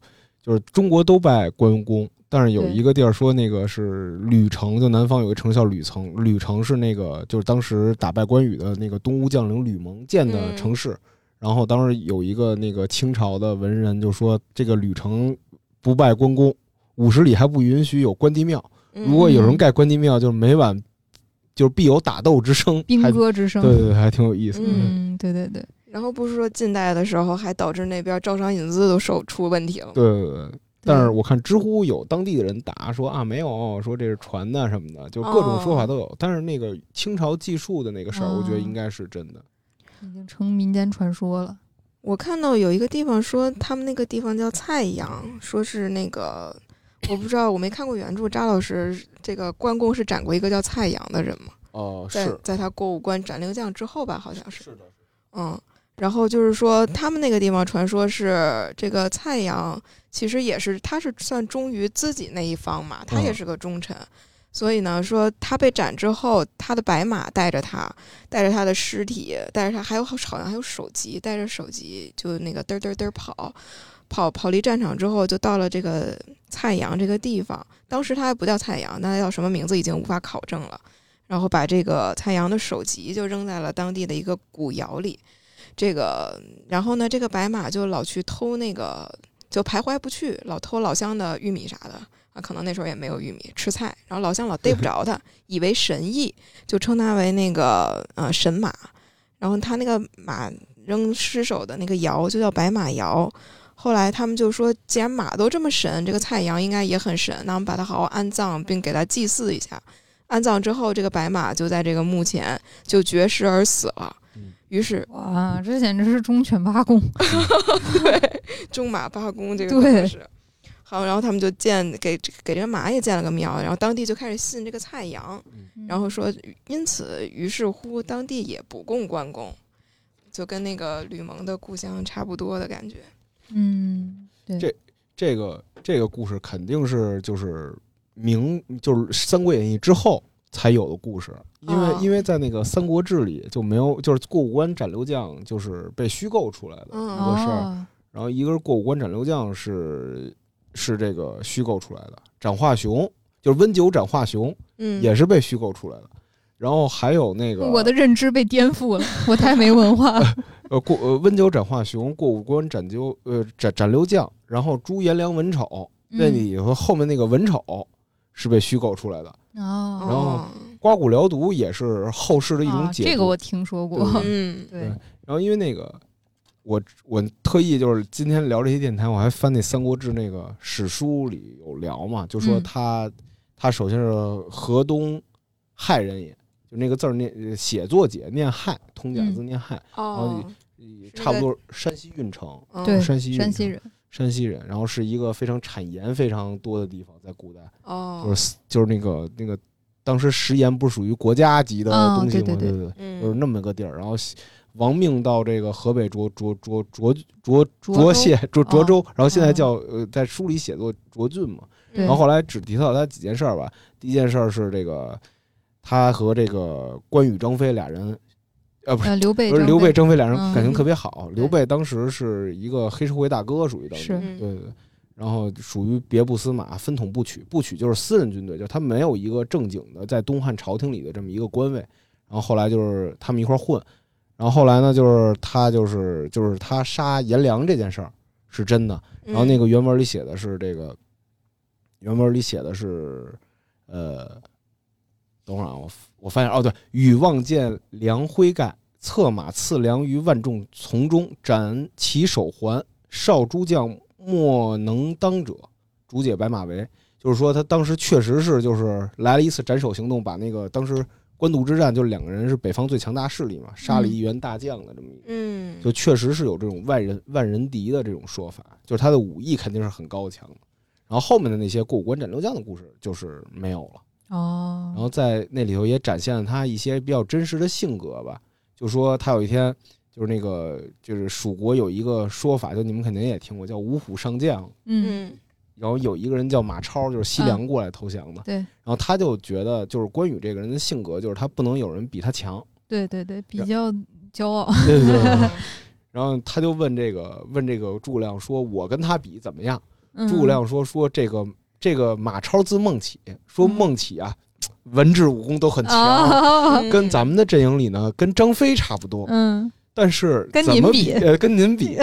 就是中国都拜关公，但是有
对
一个地儿说那个是吕城，就南方有一个城叫吕城，吕城是那个就是当时打败关羽的那个东吴将领吕蒙建的
嗯
城市。然后当时有一个那个清朝的文人就说，这个吕城不拜关公，五十里还不允许有关帝庙。
嗯
如果有人盖关帝庙，就是每晚就是必有打斗之声，
兵
还
戈之声，
对对对，还挺有意思的。
嗯
嗯，对对对，
然后不是说近代的时候还导致那边招商引资都受出问题了吗？
对对对。但是我看知乎有当地的人答说啊，没有说这是传的什么的，就各种说法都有。但是那个清朝技术的那个事儿，
哦
我觉得应该是真的。
已经成民间传说了。
我看到有一个地方说，他们那个地方叫蔡阳，说是那个我不知道，我没看过原著。扎老师，这个关公是斩过一个叫蔡阳的人吗？
哦、
在
是
在他过五关斩六将之后吧，好像是。
的，
嗯，然后就是说，他们那个地方传说是这个蔡阳，其实也是他是算忠于自己那一方嘛，他也
嗯
是个忠臣。所以呢，说他被斩之后，他的白马带着他，带着他的尸体，带着他还有好像还有首级，带着首级就那个嘚儿嘚儿嘚儿跑，跑跑离战场之后，就到了这个蔡阳这个地方。当时他还不叫蔡阳，那他叫什么名字已经无法考证了。然后把这个蔡阳的首级就扔在了当地的一个古窑里，这个，然后呢，这个白马就老去偷那个，就徘徊不去，老偷老乡的玉米啥的啊，可能那时候也没有玉米，吃菜，然后老乡老逮不着他，以为神医，就称他为那个呃神马，然后他那个马扔失手的那个窑就叫白马窑。后来他们就说，既然马都这么神，这个蔡阳应该也很神，那我们把他好好安葬，并给他祭祀一下。安葬之后，这个白马就在这个墓前就绝食而死了
嗯。
于是
哇，这简直是忠犬八公。
对，中马八公这个
对
可能是。好，然后他们就建给给这个马也建了个庙，然后当地就开始信这个蔡阳，嗯然后说，因此于是乎当地也不供关公，就跟那个吕蒙的故乡差不多的感觉。
嗯，对，
这个这个故事肯定是就是明就是《三国演义》之后才有的故事，因为、
哦
因为在那个《三国志》里就没有，就是过五关斩六将就是被虚构出来的
嗯
一个事儿，
哦
然后一个是过五关斩六将是是这个虚构出来的，斩华雄就是温酒斩华雄
嗯，
也是被虚构出来的。然后还有那个
我的认知被颠覆了，我太没文化了。
呃过呃温酒斩华雄，过五关斩九呃斩斩六将，然后诛颜良文丑， 那
嗯
里头后面那个文丑是被虚构出来的，然
哦，
后
哦
刮骨疗毒也是后世的一种
啊
解读。
这个我听说过。
对
嗯
对，
然后因为那个我我特意就是今天聊这些电台，我还翻那《三国志》那个史书里有聊嘛，就说
嗯
他、他首先是河东汉人也，就那个字儿念呃写作解念汉，通假
嗯
字念汉，
哦，
也
是
差不
个
多山西运城，
嗯
对
山西运啊
山
城
西人，
山西人，然后是一个非常产盐非常多的地方，在古代。就
哦，
是就是那个那个，当时食盐不属于国家级的
嗯
东西嘛，
对对
对
对
对，就是
嗯，
那么个地儿。然后西亡命到这个河北涿涿涿涿涿
涿
涿
州
县涿涿
哦
州，然后现在
嗯
叫呃，在书里写作涿郡嘛。
嗯
对
然后后来只提到他几件事儿吧，第一件事儿是这个他和这个关羽、张飞俩人。呃，不是，
呃，刘备，
不是刘备、张飞俩人
嗯
感情特别好。刘
对
备当时是一个黑社会大哥，属于当时
是
对对对，然后属于别部司马，分统不取，不取就是私人军队，就是他没有一个正经的在东汉朝廷里的这么一个官位。然后后来就是他们一块儿混，然后后来呢，就是他就是就是他杀颜良这件事儿是真的，然后那
个
个原文里写的是这个，原文里写的是呃，等会儿啊，我我发现哦，对，禹望见梁辉盖，策马刺梁于万众丛中，斩其手环，少诸将莫能当者，主解白马围。就是说，他当时确实是就是来了一次斩首行动，把那个当时官渡之战，就是两个人是北方最强大势力嘛，杀了一员大将的这么一个。
嗯，
就确实是有这种万人万人敌的这种说法，就是他的武艺肯定是很高强的。然后后面的那些过五关斩六将的故事就是没有了。
哦，
然后在那里头也展现了他一些比较真实的性格吧，就说他有一天就是那个就是蜀国有一个说法，就你们肯定也听过，叫五虎上将。
嗯，
嗯
然后有一个人叫马超，就是西凉过来投降的。
对
然后他就觉得，就是关羽这个人的性格，就是他不能有人比他强。
对对对，比较骄傲。
对对对。
嗯
然后他就问这个问这个诸葛亮说：“我跟他比怎么样？”
嗯
诸葛亮说：“说这个这个马超字孟起，
嗯
说孟起啊，文治武功都很强，
啊，
嗯
跟咱们的阵营里呢，跟张飞差不多，
嗯，
但是
跟
怎
您
么
比
呃，跟 您比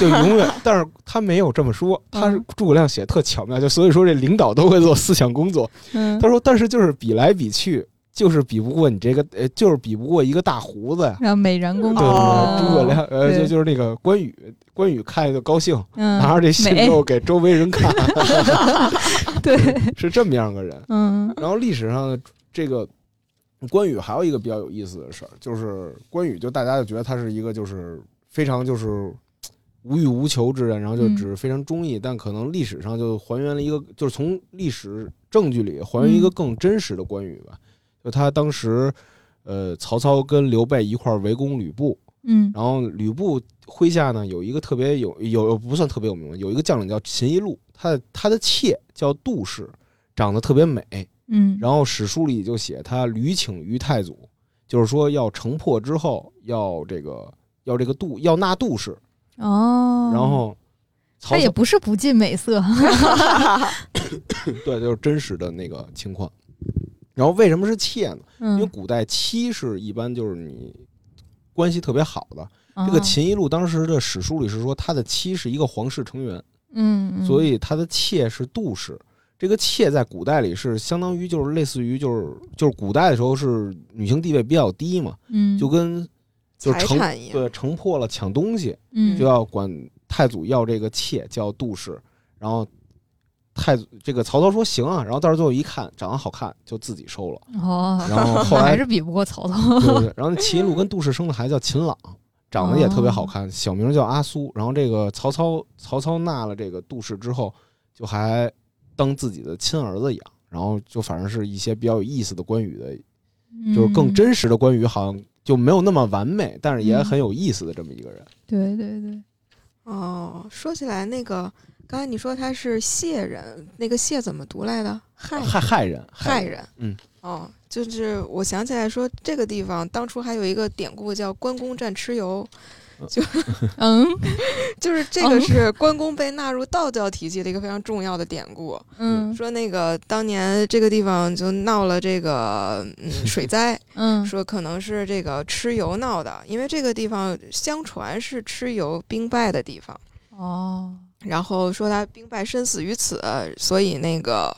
就永远。但是他没有这么说，他是
嗯
诸葛亮写得特巧妙，就所以说这领导都会做思想工作。
嗯
他说，但是就是比来比去。”就是比不过你这个，呃，就是比不过一个大胡子呀。
让美髯公主啊
对对对，
哦
诸葛亮，呃，
嗯对
就就是那个关羽，关羽看着就高兴，
嗯，
拿着这信
美
之后给周围人看，
对，
是这么样个人。
嗯
然后历史上呢，这个关羽还有一个比较有意思的事儿，就是关羽就大家就觉得他是一个就是非常就是无欲无求之人，然后就
嗯
只是非常忠义，但可能历史上就还原了一个，就是从历史证据里还原一个
嗯
更真实的关羽吧。就他当时，呃，曹操跟刘备一块儿围攻吕布，
嗯
然后吕布麾下呢有一个特别有有不算特别有名，有一个将领叫秦一路，他的他的妾叫杜氏，长得特别美。
嗯，
然后史书里就写他屡请于太祖，就是说要城破之后要这个要这个杜要纳杜氏，
哦，
然后曹
他也
操
不是不近美 色，
对就是真实的那个情况。然后为什么是妾呢？因为
嗯，
古代妻是一般就是你关系特别好的。这
啊
个，秦一路当时的史书里是说他的妻是一个皇室成员，
嗯，嗯
所以他的妾是杜氏。这个妾在古代里是相当于就是类似于就是就是古代的时候是女性地位比较低嘛，
嗯，
就跟就
财
城
产一样，
对，城破了抢东西，
嗯
就要管太祖要这个妾，叫杜氏。然后太祖这个曹操说行啊，然后到最后一看长得好看，就自己 收了。
哦，
然后后
还
来
是比不过曹操，
对对对，然后那秦禄跟杜氏生的孩子叫秦朗，长得也特别好
哦
看，小名叫阿苏。然后这个曹操曹操纳了这个杜氏之后，就还当自己的亲儿子养。然后就反正是一些比较有意思的关羽的 就是更
嗯。
真实的关羽，好像就没有那么完美，但是也
嗯
很有意思的这么一个人。
对对 对，
哦，说起来那个，刚才你说他是谢人，那个谢怎么读来的？害
害害人，
害
哦人，
人。
嗯，
哦，就是我想起来说，这个地方当初还有一个典故叫关公战蚩尤，
嗯
就是这个是关公被纳入道教体系的一个非常重要的典故。
嗯
说那个当年这个地方就闹了这个嗯水灾，
嗯
说可能是这个蚩尤闹的，因为这个地方相传是蚩尤兵败的地方。
哦，
然后说他兵败身死于此，所以那个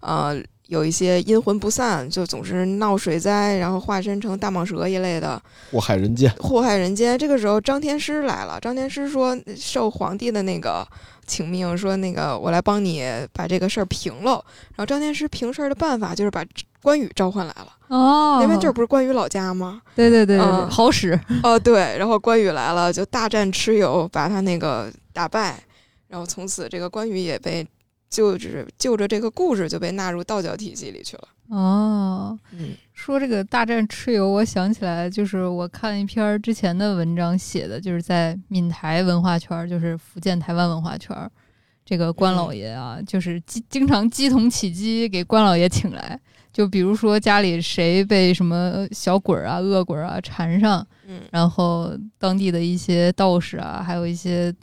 呃有一些阴魂不散，就总是闹水灾，然后化身成大蟒蛇一类的
祸害人间。
祸害人间。这个时候张天师来了，张天师说受皇帝的那个请命，说那个我来帮你把这个事儿平喽。然后张天师平事儿的办法就是把关羽召唤来了，
哦，
那边这不是关羽老家吗？
对对对对对，
啊
嗯
好使，
哦，对，然后关羽来了，就大战蚩尤，把他那个打败，然后从此这个关羽也被就是就着这个故事就被纳入道教体系里去了。
哦，
嗯，
说这个大战蚩尤，我想起来，就是我看一篇儿之前的文章写的，就是在闽台文化圈儿，就是福建台湾文化圈儿，这个关老爷啊，就是经经常鸡同起鸡，给关老爷请来。就比如说家里谁被什么小鬼儿啊、恶鬼儿啊缠上，
嗯，
然后当地的一些道士啊，还有一些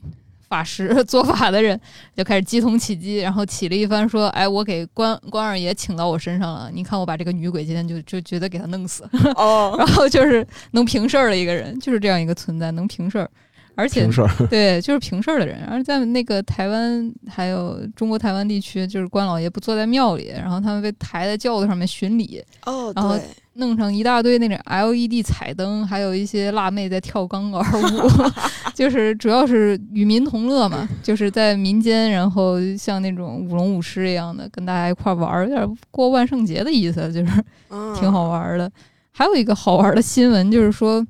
法师做法的人，就开始鸡同起鸡，然后起了一番说：“哎，我给关关二爷请到我身上了，你看我把这个女鬼今天就就觉得给他弄死。”
哦，
然后就是能平事儿的一个人，就是这样一个存在，能平事儿，而且
平事儿，
对，就是平事儿的人。而在那个台湾还有中国台湾地区，就是关老爷不坐在庙里，然后他们被抬在轿子上面巡礼，
哦，
然后
对，
弄上一大堆那种 LED 彩灯，还有一些辣妹在跳钢管舞， 就是主要是与民同乐嘛，就是在民间，然后像那种舞龙舞狮一样的跟大家一块儿玩儿，有点过万圣节的意思，就是
嗯，
挺好玩儿的。还有一个好玩儿的新闻就是说，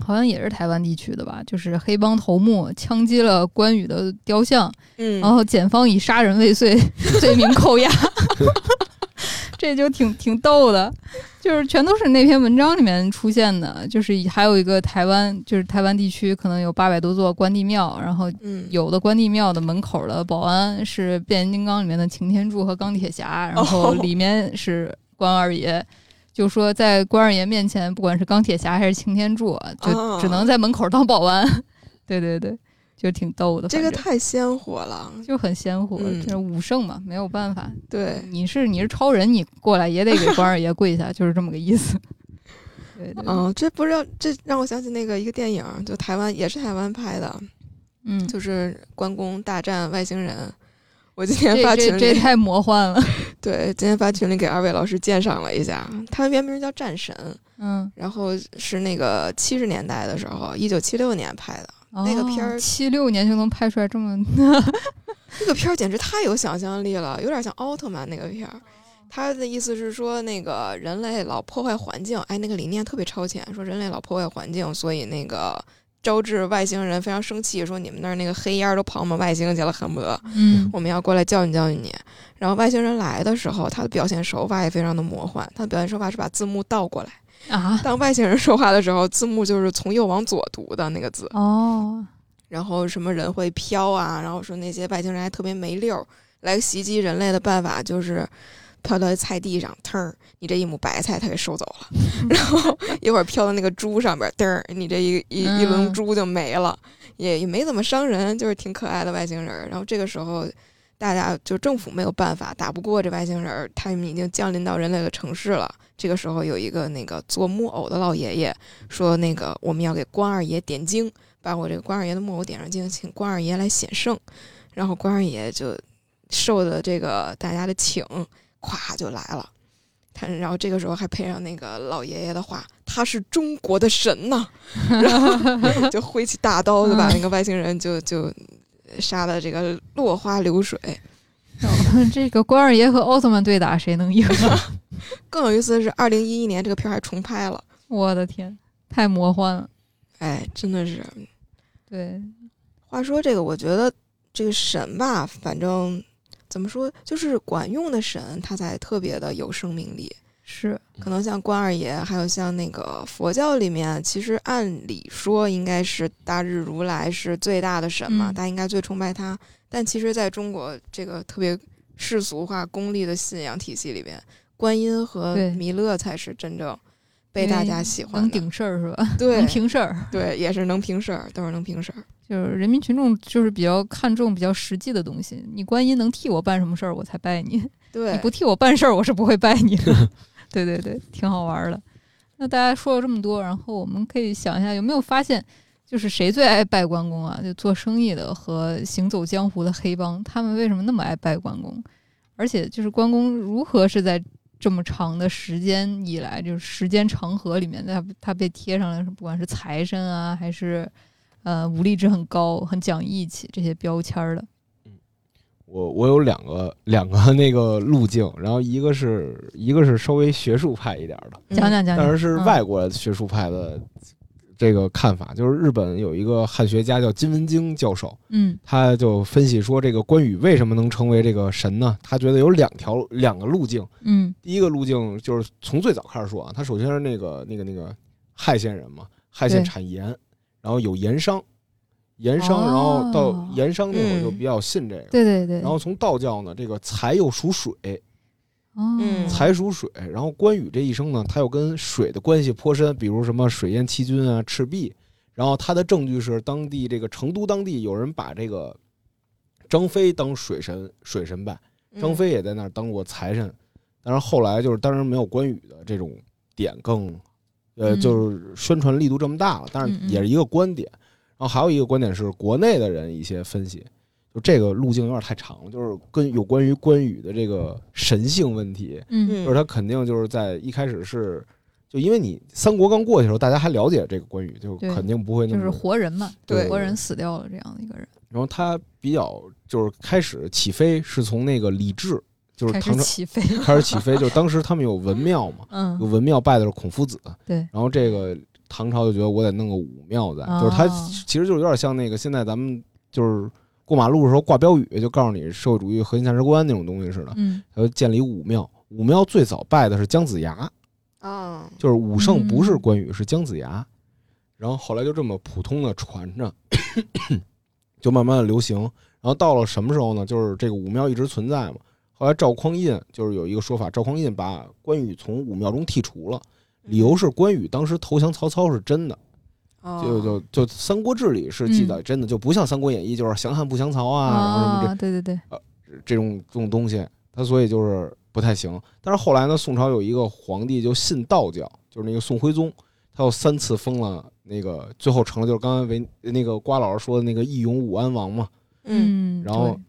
好像也是台湾地区的吧，就是黑帮头目枪击了关羽的雕像，
嗯，
然后检方以杀人未遂 罪名扣押， 这就挺挺逗的，就是全都是那篇文章里面出现的，就是还有一个台湾，就是台湾地区可能有八百多座关帝庙，然后
嗯，
有的关帝庙的门口的保安是变形金刚里面的擎天柱和钢铁侠，然
哦
后里面是关二爷。就说在关二爷面前，不管是钢铁侠还是擎天柱，就
哦
只能在门口当保安。 对对对，就挺逗的。
这个
反正
太鲜活了，
就很鲜活，
嗯
就是武圣嘛，没有办法。
对，
你是你是超人，你过来也得给 关二爷跪下，就是这么个意思。对对，对
嗯，这不让这让我想起那个一个电影，就台湾也是台湾拍的，
嗯
就是关公大战外星人。我今天发
这
群
这
里，
这太魔幻了。
对，今天发群里给二位老师鉴赏了一下，他原名叫战神，
嗯，
然后是那个七十年代的时候，一九七六年拍的。 那个片儿
哦七六年就能拍出来这么，
这个片儿简直太有想象力了，有点像奥特曼那个片儿。他的意思是说，那个人类老破坏环境，哎，那个理念特别超前，说人类老破坏环境，所以那个招致外星人非常生气，说你们那儿那个黑烟儿都跑我们外星去了，恨不得
嗯
我们要过来教训教训你。然后外星人来的时候，他的表现手法也非常的魔幻，他的表现手法是把字幕倒过来。
啊，
当外星人说话的时候，字幕就是从右往左读的那个字，
哦，
然后什么人会飘啊，然后说那些外星人还特别没溜儿，来袭击人类的办法就是飘到菜地上，腾儿，你这一亩白菜他给收走了，然后一会儿飘到那个猪上边，嘚儿，你这一一一轮
嗯
猪就没了，也也没怎么伤人，就是挺可爱的外星人儿。然后这个时候。大家就政府没有办法打不过这外星人儿，他们已经降临到人类的城市了。这个时候有一个那个做木偶的老爷爷说：“那个我们要给关二爷点睛，把我这个关二爷的木偶点上睛，请关二爷来显圣。”然后关二爷就受的这个大家的请，咵就来了。他然后这个时候还配上那个老爷爷的话：“他是中国的神呐、然后就挥起大刀就把那个外星人就就杀的这个落花流水。
这个关二爷和奥特曼对打，谁能赢？啊
更有意思的是，二零一一年这个片儿还重拍了，
我的天，太魔幻了。
哎，真的是。
对，
话说这个，我觉得这个神吧，反正怎么说，就是管用的神，他才特别的有生命力。
是，
嗯
可能像关二爷，还有像那个佛教里面，其实按理说应该是大日如来是最大的神嘛，
嗯
大家应该最崇拜他。但其实在中国这个特别世俗化、功利的信仰体系里边，观音和
对
弥勒才是真正被大家喜欢
能
的。
顶事儿是吧？
对
能平事儿，
对，也是能平事儿，都是能平事儿。
就是人民群众就是比较看重比较实际的东西。你观音能替我办什么事儿，我才拜你。
对
你，不替我办事儿，我是不会拜你的。对对对，挺好玩儿的。那大家说了这么多，然后我们可以想一下，有没有发现，就是谁最爱拜关公啊？就做生意的和行走江湖的黑帮，他们为什么那么爱拜关公？而且就是关公如何是在这么长的时间以来，就是时间长河里面，他他被贴上了不管是财神啊，还是呃武力值很高、很讲义气这些标签儿的。
我我有两个两个那个路径，然后一个是一个是稍微学术派一点儿的，
嗯
讲讲讲
当
讲，
然是
嗯
外国学术派的这个看法，就是日本有一个汉学家叫金文京教授，
嗯
他就分析说这个关羽为什么能成为这个神呢？他觉得有两条两个路径，
嗯
第一个路径就是从最早开始说啊，他首先是那个那个那个亥县人嘛，亥县
对
产盐，然后有盐商，盐商，
哦
然后到盐商那会儿
嗯
就比较信这个。
对对对，
然后从道教呢，这个财又属水，
哦
嗯
财属水。然后关羽这一生呢，他又跟水的关系颇深，比如什么水淹七军啊、赤壁。然后他的证据是当地这个成都当地有人把这个张飞当水神水神拜，
嗯
嗯
张飞也在那儿当过财神，但是后来就是当然没有关羽的这种点更，呃，
嗯
就是宣传力度这么大了，但是
嗯嗯
也是一个观点。然后还有一个观点是国内的人一些分析，就这个路径有点太长了，就是跟有关于关羽的这个神性问题，
嗯
嗯，
就是他肯定就是在一开始是。就因为你三国刚过去的时候，大家还了解这个关羽，就
对
肯定不会那
就
么
是活人嘛，
对
活人死掉了这样的一个人，
然后他比较就是开始起飞是从那个李治，就是
开
唐
始
朝
起飞，
开始起飞，就是当时他们有文庙嘛，有
嗯
文庙拜的是孔夫子，
对
然后这个唐朝就觉得我得弄个武庙在，
哦
就是他其实就是有点像那个现在咱们就是过马路的时候挂标语，就告诉你社会主义核心价值观那种东西似的，
嗯，
他就建立武庙。武庙最早拜的是姜子牙，
啊，
就是武圣不是
嗯
关羽，是姜子牙。然后后来就这么普通的传着，就慢慢的流行。然后到了什么时候呢？就是这个武庙一直存在嘛。后来赵匡胤就是有一个说法，赵匡胤把关羽从武庙中剔除了，理由是关羽当时投降曹操是真的，
嗯哦
就就就《三国志》里是记载真的，就不像《三国演义》就是降汉不降曹啊，然后什么这
啊，对对对，
这种这种东西，他所以就是不太行。但是后来呢，宋朝有一个皇帝就信道教，就是那个宋徽宗，他又三次封了那个，最后成了就是刚才为那个瓜老师说的那个义勇武安王嘛。
嗯，
然后
对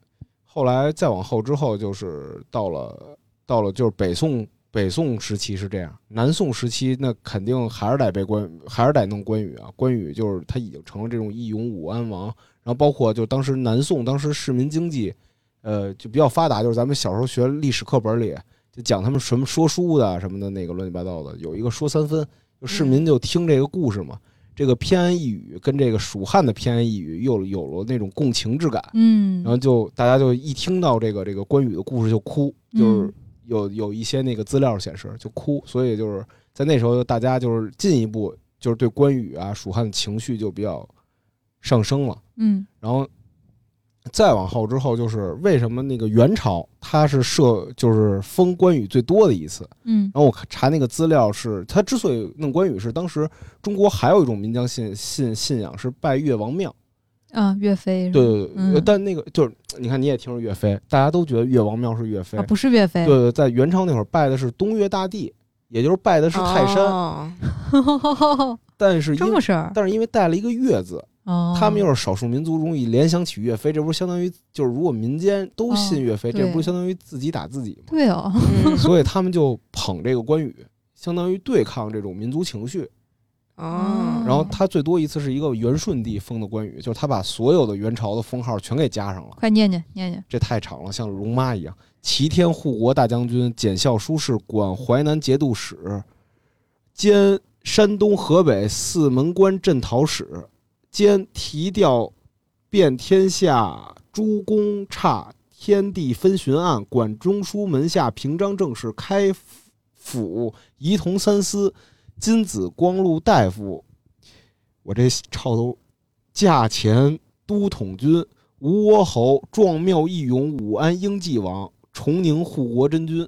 后来再往后之后，就是到了到了就是北宋北宋时期是这样，南宋时期那肯定还是得被关，还是得弄关羽啊。关羽就是他已经成了这种义勇武安王，然后包括就当时南宋当时市民经济，呃，就比较发达，就是咱们小时候学历史课本里就讲他们什么说书的啊什么的那个乱七八糟的，有一个说三分，就市民就听这个故事嘛。这个偏安一隅跟这个蜀汉的偏安一隅又有了那种共情之感，
嗯，
然后就大家就一听到这个这个关羽的故事就哭，就是
嗯
有有一些那个资料显示就哭，所以就是在那时候大家就是进一步就是对关羽啊蜀汉的情绪就比较上升了。
嗯
然后再往后之后，就是为什么那个元朝它是设就是封关羽最多的一次，
嗯
然后我查那个资料是，他之所以弄关羽，是当时中国还有一种民间信信信仰是拜岳王庙。
啊，岳飞是吧
对对对，呃
嗯
但那个就是你看你也听说岳飞，大家都觉得岳王庙是岳飞。
啊，不是岳飞
对，对，在元朝那会儿拜的是东岳大帝，也就是拜的是泰山，
哦、
但是
这
因
么事儿
但是因为带了一个岳字，
哦，
他们又是少数民族容易联想起岳飞，这不是相当于就是如果民间都信岳飞，
哦
这不
对
是相当于自己打自己吗？
对哦，
嗯
所以他们就捧这个关羽，相当于对抗这种民族情绪。
哦，
嗯
然后他最多一次是一个元顺帝封的关羽，就是他把所有的元朝的封号全给加上了，
快念念念念，
这太长了，像龙妈一样。齐天护国大将军，检校书事，管淮南节度使，兼山东、河北四门关镇讨使，兼提调遍天下诸公差天地分巡案，管中书门下平章政事，开府仪同三司，金子光禄大夫。我这抄都，驾前都统军，吴窝侯，壮庙义勇，武安英济王，崇宁护国真君。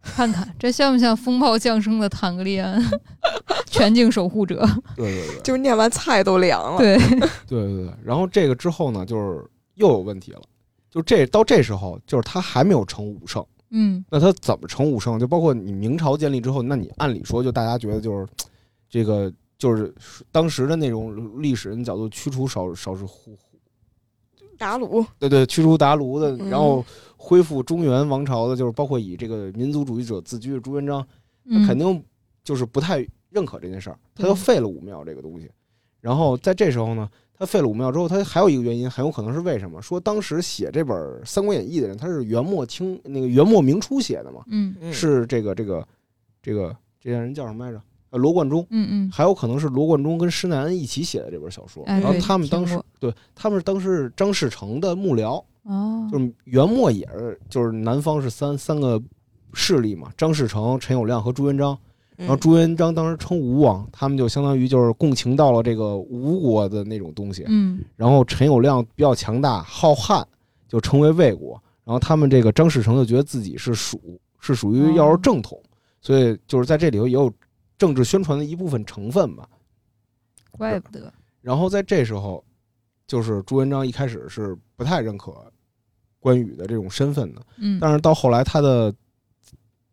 看看这像不像风暴降生的坦格利安 全境守护 者？
对对对，
就是念完菜都凉了。
对，
对对对。然后这个之后呢，就是又有问题了，就这到这时候，就是他还没有成武圣。
嗯
那他怎么成武圣？就包括你明朝建立之后，那你按理说就大家觉得就是这个就是当时的那种历史人角度驱除少少数户，
打卤，
对对，驱除鞑虏的，
嗯
然后恢复中原王朝的，就是包括以这个民族主义者自居的朱元璋，
嗯，
肯定就是不太认可这件事儿，他就
嗯
废了武庙这个东西。然后在这时候呢，他废了武庙之后，他还有一个原因，很有可能是为什么？说当时写这本《三国演义》的人，他是元末清那个元末明初写的嘛，
嗯
嗯
是这个这个这个这人叫什么来着？呃，罗贯中。
嗯嗯
还有可能是罗贯中跟施耐庵一起写的这本小说，
哎
然后
对
他们当
听
时
过
对他们是当时张士诚的幕僚，
哦，
就是元末也是，就是南方是三三个势力嘛，张士诚、陈友谅和朱元璋。然后
嗯
朱元璋当时称吴王，他们就相当于就是共情到了这个吴国的那种东西。
嗯
然后陈友谅比较强大，好汉，就成为魏国。然后他们这个张士诚就觉得自己是蜀，是属于要是正
哦
统，所以就是在这里头也有政治宣传的一部分成分吧。
怪不得，
然后在这时候，就是朱元璋一开始是不太认可关羽的这种身份的，
嗯
但是到后来他的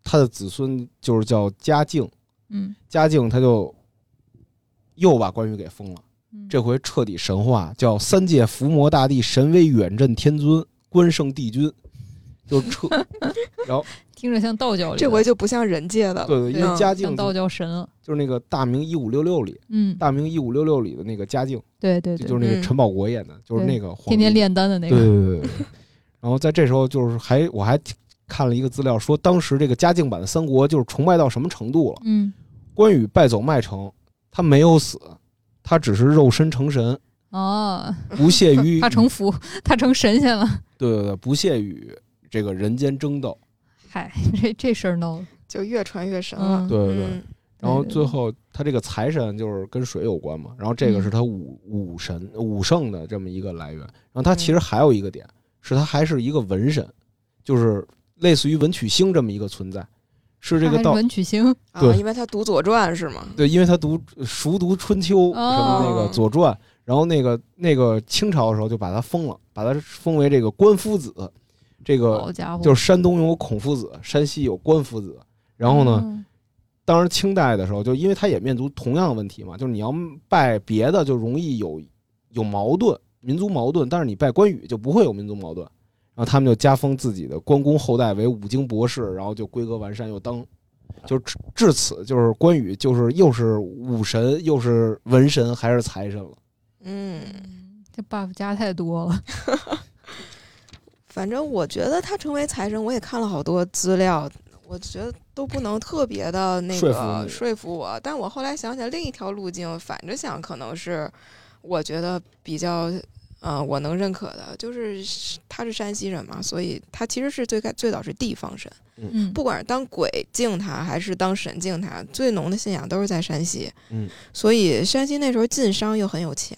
他的子孙就是叫嘉靖，
嗯
嘉靖他就又把关羽给封了，
嗯
这回彻底神话，叫三界伏魔大帝，神威远镇天尊，关圣帝君，就 彻，然后
听着像道教里的，
这回就不像人界的了。
对对，因
嗯
为嘉
像
靖
道教神了，
就是那个《大明一五六六》里，
嗯，
《大明一五六六》里的那个嘉靖，
对对
就
对，
就是那个
嗯
陈宝国演的，就是那个皇帝
天天炼丹的那
对
个，
对对对对。然后在这时候，就是还我还看了一个资料，说当时这个嘉靖版的三国就是崇拜到什么程度了。
嗯
关羽败走麦城，他没有死，他只是肉身 成神，
哦，
不屑于
他成佛，他成神仙了。
对对对，不屑于这个人间争斗。
嗨，这这事儿闹的，
就越传越神了。
嗯
对对对
嗯
然后
对对嗯
最后他这个财神就是跟水有关嘛，然后这个是他武武神武圣的这么一个来源。然后他
嗯
其实还有一个点是，他还是一个文神，就是类似于文曲星这么一个存在，是这
他还
个
是
道
文曲星，
啊，
对
因为他读《左传》是吗？
对，因为他读熟读《春秋》什么那个
哦
《左传》，然后那个那个清朝的时候就把他封了，把他封为这个官夫子，这个
好家伙，
就是是山东有孔夫子，山西有官夫子。然后呢，
呢，
当时清代的时候，就因为他也面临同样的问题嘛，就是你要拜别的就容易有有矛盾，民族矛盾，但是你拜关羽就不会有民族矛盾。然后他们就加封自己的关公后代为五经博士，然后就规格完善，又当就至至此就是关羽就是又是武神又是文神还是财神了。
嗯，
这 buff 加太多了，
反正我觉得他成为财神，我也看了好多资料，我觉得都不能特别的那
说服
个
你
说服我。但我后来想想，另一条路径反着想，可能是我觉得比较。呃，我能认可的就是他是山西人嘛，所以他其实是最开最早是地方神，
嗯，
不管是当鬼敬他还是当神敬他，最浓的信仰都是在山西。
嗯，
所以山西那时候晋商又很有钱，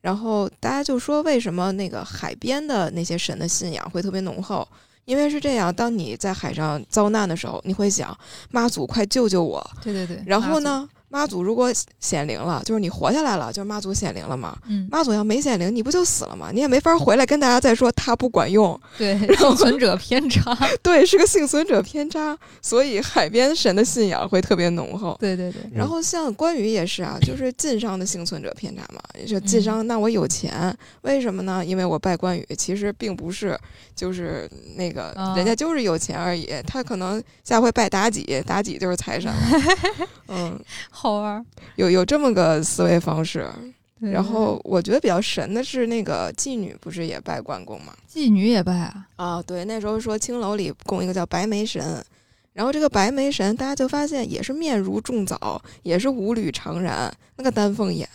然后大家就说为什么那个海边的那些神的信仰会特别浓厚？因为是这样，当你在海上遭难的时候，你会想妈祖快救救我。
对对对。
然后呢，妈祖如果显灵了，就是你活下来了，就是妈祖显灵了嘛。
妈祖？嗯，
妈祖要没显灵，你不就死了吗？你也没法回来跟大家再说它不管用。
对，
后
幸存者偏 差，
对，是个幸存者偏差，所以海边神的信仰会特别浓厚。
对对对，
然后像关羽也是啊，就是晋商的幸存者偏差嘛，就晋商，那我有钱，为什么呢？因为我拜关羽，其实并不是，就是那个、
啊
人家就是有钱而已，他可能下回拜妲己，妲己就是财神了，嗯，
好玩儿。
有有这么个思维方式。
对
然
对
后我觉得比较神的是那个妓女，不是也拜关公吗？
妓女也拜啊，
啊，对，那时候说青楼里供一个叫白眉神，然后这个白眉神大家就发现也是面如重枣，也是五缕长髯，那个丹凤眼，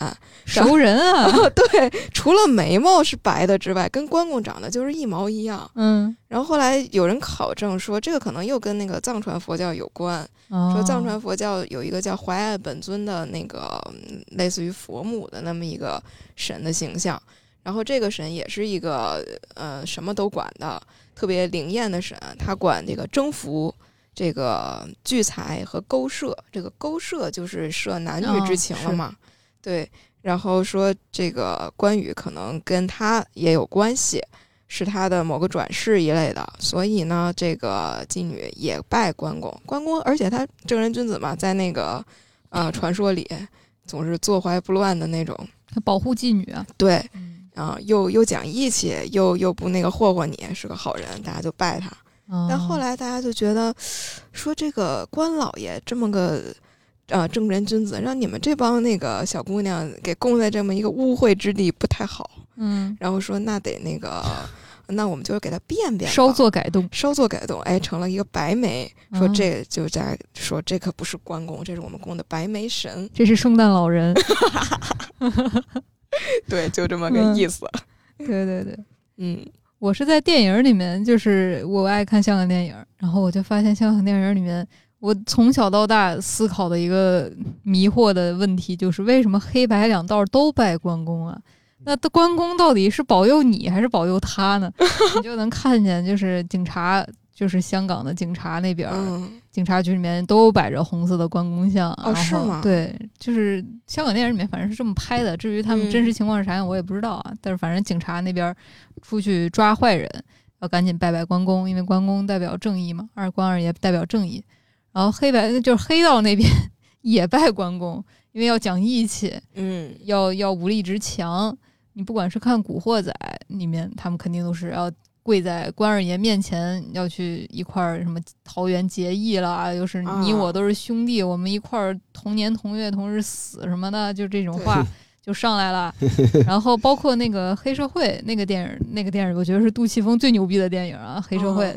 熟人 啊，
对，除了眉毛是白的之外，跟关公长得就是一毛一样。
嗯，
然后后来有人考证说，这个可能又跟那个藏传佛教有关，说
说
藏传佛教有一个叫怀爱本尊的那个嗯类似于佛母的那么一个神的形象，然后这个神也是一个呃什么都管的特别灵验的神，啊他管这个征服。这个聚财和勾摄，这个勾摄就是摄男女之
哦
情了
是
嘛？对。然后说这个关羽可能跟他也有关系，是他的某个转世一类的，所以呢，这个妓女也拜关公。关公，而且他正人君子嘛，在那个呃传说里总是坐怀不乱的那种，
他保护妓女啊，
对
嗯，
啊、又又讲义气，又又不那个霍霍你，是个好人，大家就拜他。
哦
但后来大家就觉得，说这个关老爷这么个呃正人君子，让你们这帮那个小姑娘给供在这么一个污秽之地，不太好。
嗯，
然后说那得那个，那我们就给他变变吧，
稍作改动，
稍作改动，哎，成了一个白眉。说
啊
这就在说这可不是关公，这是我们供的白眉神。
这是圣诞老人，
对，就这么
嗯
个意思。
对对对。
嗯
我是在电影里面，就是我爱看香港电影，然后我就发现香港电影里面，我从小到大思考的一个迷惑的问题就是，为什么黑白两道都拜关公啊？那关公到底是保佑你还是保佑他呢？ 你就能看见，就是警察，就是香港的警察那边儿，
嗯，
警察局里面都摆着红色的关公像。
哦
然后
是吗
对，就是香港电影里面反正是这么拍的。至于他们
嗯
真实情况是啥样，我也不知道啊。但是反正警察那边出去抓坏人，要赶紧拜拜关公，因为关公代表正义嘛，二关二爷代表正义。然后黑白就是黑道那边 也拜关公，因为要讲义气，
嗯
要要武力值强。你不管是看《古惑仔》里面，他们肯定都是要跪在关二爷面前，要去一块儿什么桃园结义啦，又是你
啊
我都是兄弟，我们一块儿同年同月同日死什么的，就这种 话就上来了。然后包括那个黑社会那个电影，那个电影我觉得是杜琪峰最牛逼的电影啊，黑社会。
哦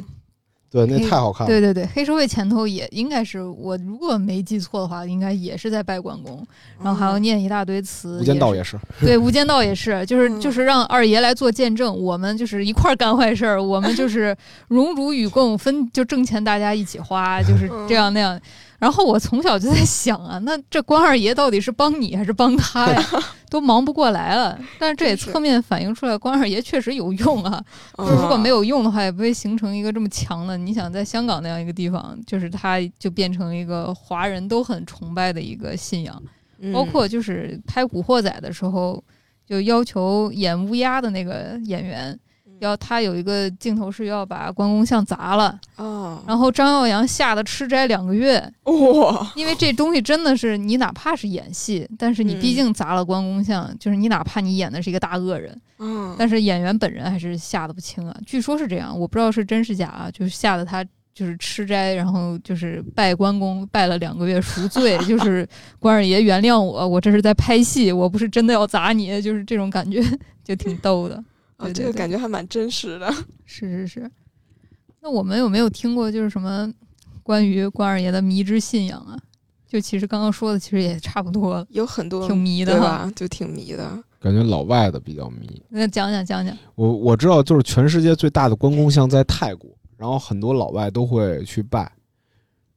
对，那太好看了。
对对对，黑社会前头也应该是我如果没记错的话，应该也是在拜关公，然后还要
嗯
念一大堆词。
无间道
也是
也是，
对，《无间道》也是，就是就是让二爷来做见证，我们就是一块儿干坏事儿，我们就是荣辱与共，分就挣钱大家一起花，就是这样那样。然后我从小就在想啊，那这关二爷到底是帮你还是帮他呀？都忙不过来了。但是这也
真是
侧面反映出来，关二爷确实有用啊。
嗯
就是如果没有用的话，也不会形成一个这么强的。你想，在香港那样一个地方，就是它就变成一个华人都很崇拜的一个信仰。
嗯
包括
嗯
就是拍《古惑仔》的时候，就要求演乌鸦的那个演员要他有一个镜头是要把关公像砸了，
哦，
然后张耀扬吓得吃斋两个月，
哇，
因为这东西真的是你哪怕是演戏，但是你毕
嗯
竟砸了关公像，就是你哪怕你演的是一个大恶人，
嗯，
但是演员本人还是吓得不轻啊，据说是这样，我不知道是真是假啊，就是吓得他就是吃斋，然后就是拜关公拜了两个月赎罪，就是 关二爷原谅我，我这是在拍戏，我不是真的要砸你，就是这种感觉，就挺逗的。
哦
对
这
对
个
对
感觉还蛮真实的。
是 是是，那我们有没有听过就是什么关于关二爷的迷之信仰啊？就其实刚刚说的其实也差不多了，
有很多
挺迷的
对
哈。
吧？就挺迷的。
感觉老外的比较迷。
那讲讲讲讲，
我我知道，就是全世界最大的关公像在泰国，然后很多老外都会去拜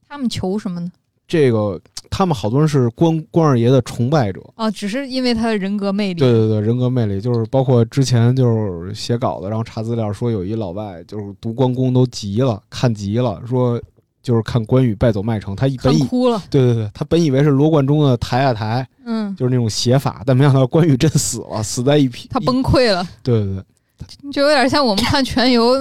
他们求什么呢？
这个。他们好多人是关关二爷的崇拜者，
哦，只是因为他的人格魅力。
对对对，人格魅力就是包括之前就是写稿子，然后查资料说有一老外就是读关公都急了，看急了，说就是看关羽败走麦城，他以
看
本以
哭了，
对对对，他本以为是罗贯中的抬啊抬，
嗯，
就是那种写法，但没想到关羽真死了，死在一匹
他崩溃了，
对对对，
就有点像我们看《全游》，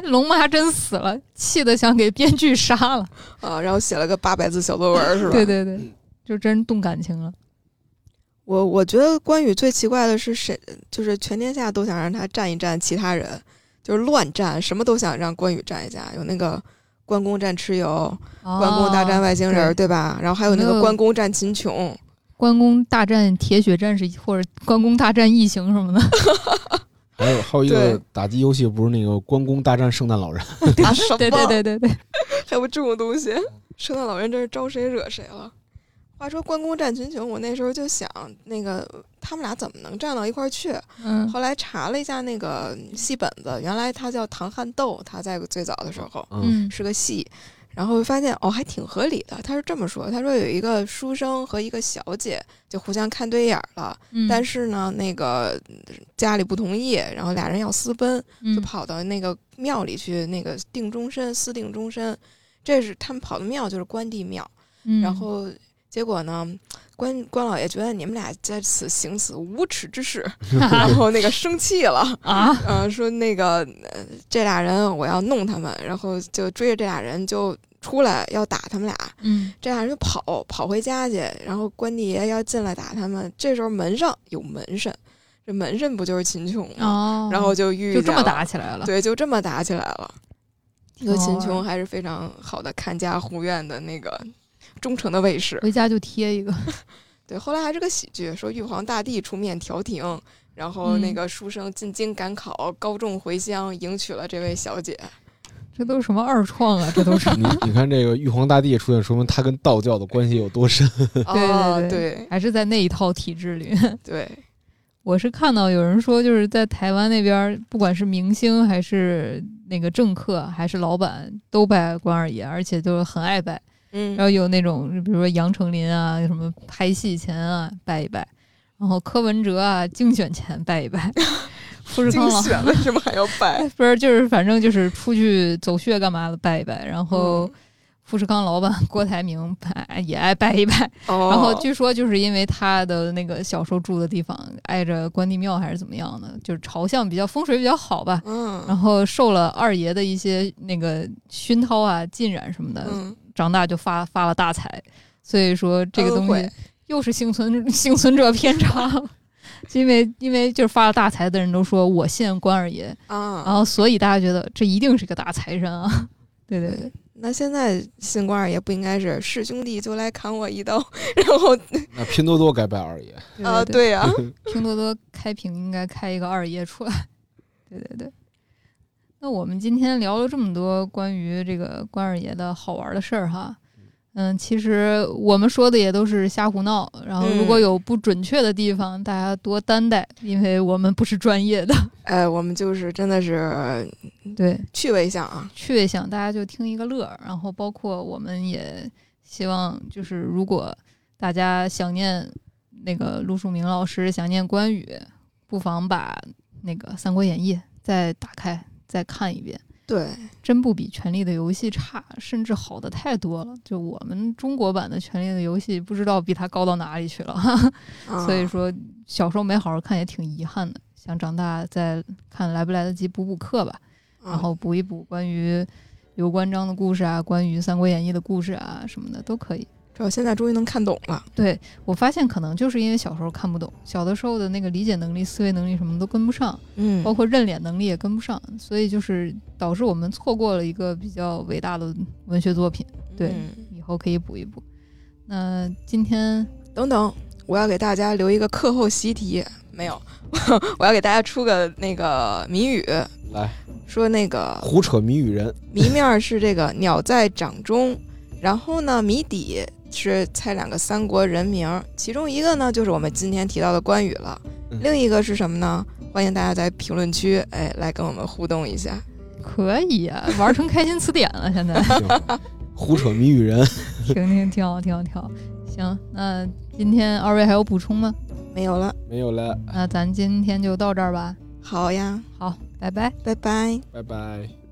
龙妈真死了，气得想给编剧杀了。
啊，然后写了个八百字小作文儿，是吧？嗯
对对对，就真动感情了。
我我觉得关羽最奇怪的是谁，就是全天下都想让他站一站其他人，就是乱站，什么都想让关羽站一下。有那个关公战蚩尤，关公大战
哦嗯
外星人，对吧？然后还有那
没
个
有
关公战秦琼，
关公大战铁血战士，或者 关公大战异形什么 的，
还有还有一个
对
打击游戏不是那个关公大战圣诞 老人，
啊 什么
对对对对对，
还有这种东西，
嗯
圣诞老人真是招谁惹谁了。话说关公战秦琼，我那时候就想，那个他们俩怎么能站到一块儿去？
嗯，
后来查了一下那个戏本子，原来他叫唐汉斗，他在最早的时候
嗯，
嗯
是个戏，然后发现哦还挺合理的。他是这么说，他说有一个书生和一个小姐就互相看对眼儿了，
嗯，
但是呢那个嗯家里不同意，然后俩人要私奔，
嗯
就跑到那个庙里去那个定终身，私定终身。这是他们跑的庙就是关帝庙，
嗯
然后结果呢，关关老爷觉得你们俩在此行此无耻 之事，然后那个生气了，
啊，
嗯、说那个、呃这俩人我要弄他们，然后就追着这俩人就出来要打他们俩，
嗯
这俩人就跑跑回家去，然后关帝爷要进来打他们，这时候门上有门神，这门神不就是秦琼吗？
哦，
然后就遇
就这么
见了
打起来了，
对，就这么打起来了。这
挺好
个
玩
秦
儿
琼还是非常好的看家护院的那个忠诚的卫士。
回家就贴一个，
对，后来还是个喜剧，说玉皇大帝出面调停，然后那
嗯
个书生进京赶考，高中回乡，迎娶了这位 小姐。
这都是什么二创啊？这都是
你你看这个玉皇大帝出现，说明他跟道教的关系有多深。
哦
对
对
还是在那一套体制里。
对，
我是看到有人说，就是在台湾那边儿，不管是明星还是那个政客，还是老板，都拜关二爷，而且都很爱拜。
嗯
然，后有那种，比如说杨丞琳啊，什么拍戏前啊拜一拜，然后柯文哲啊竞选前拜一拜， 富士康
竞
老
选为什么还要 拜？
不是就是反正就是出去走穴干嘛的拜一拜，然后
嗯
富士康老板郭台铭拜也爱拜一拜，
哦，
然后据说就是因为他的那个小时候住的地方挨着关帝庙还是怎么样的，就是朝向比较风水比较好吧。然
嗯
后受了二爷的一些那个熏陶啊、浸染什么的，
嗯，
长大就发发了大财。所以说这个
恩
东
惠
西又是幸存 幸存者偏差了，就因为因为就是发了大财的人都说我信关二爷，然
啊，
后所以大家觉得这一定是个大财神啊。 对对对，
那现在新官二爷不应该是是兄弟就来砍我一刀， 然后
那拼多多该拜二爷，
啊，对呀，
拼多多开屏应该开一个二爷出来。对对对。那我们今天聊了这么多关于这个关二爷的好玩的事儿哈，嗯，其实我们说的也都是瞎胡闹，然后如果
嗯有
有不准确的地方，大家多担待，因为我们不是专业的。
哎，我们就是真的是
对，
趣味向啊，
趣味性，大家就听一个乐儿。然后包括我们也希望，就是如果大家想念那个陆树铭老师，想念关羽，不妨把那个《三国演义》再打开再看一遍，
对，
真不比《权力的游戏》差，甚至好的太多了。就我们中国版的《权力的游戏》，不知道比它高到哪里去了。
啊
所以说，小时候没好好看也挺遗憾的。想长大再看来不来得及补补课吧，
啊嗯
然后补一补关于刘关张的故事啊，关于《三国演义》的故事啊什么的都可以。
这我现在终于能看懂了。
对我发现，可能就是因为小时候看不懂，小的时候的那个理解能力、思维能力什么都跟不上，
嗯
包括认脸能力也跟不上，所以就是导致我们错过了一个比较伟大的文学作品。对
嗯
以后可以补一补。那今天
等等，我要给大家留一个课后习题，没有， 我要给大家出个那个谜语，
来
说那个
胡扯谜语人，
谜面儿是这个“鸟在掌中”，然后呢，谜底是猜两个三国人名儿，其中一个呢就是我们今天提到的关羽了，
嗯
另一个是什么呢？欢迎大家在评论区哎来跟我们互动一下。
可以啊，玩成开心词典了，现 在
行胡扯谜语人，
挺挺挺好，挺好，挺好。行，那今天二位还有补充吗？
没有了，
没有了，
那咱今天就到这儿吧。
好呀，
好，拜拜。
拜拜。
拜拜。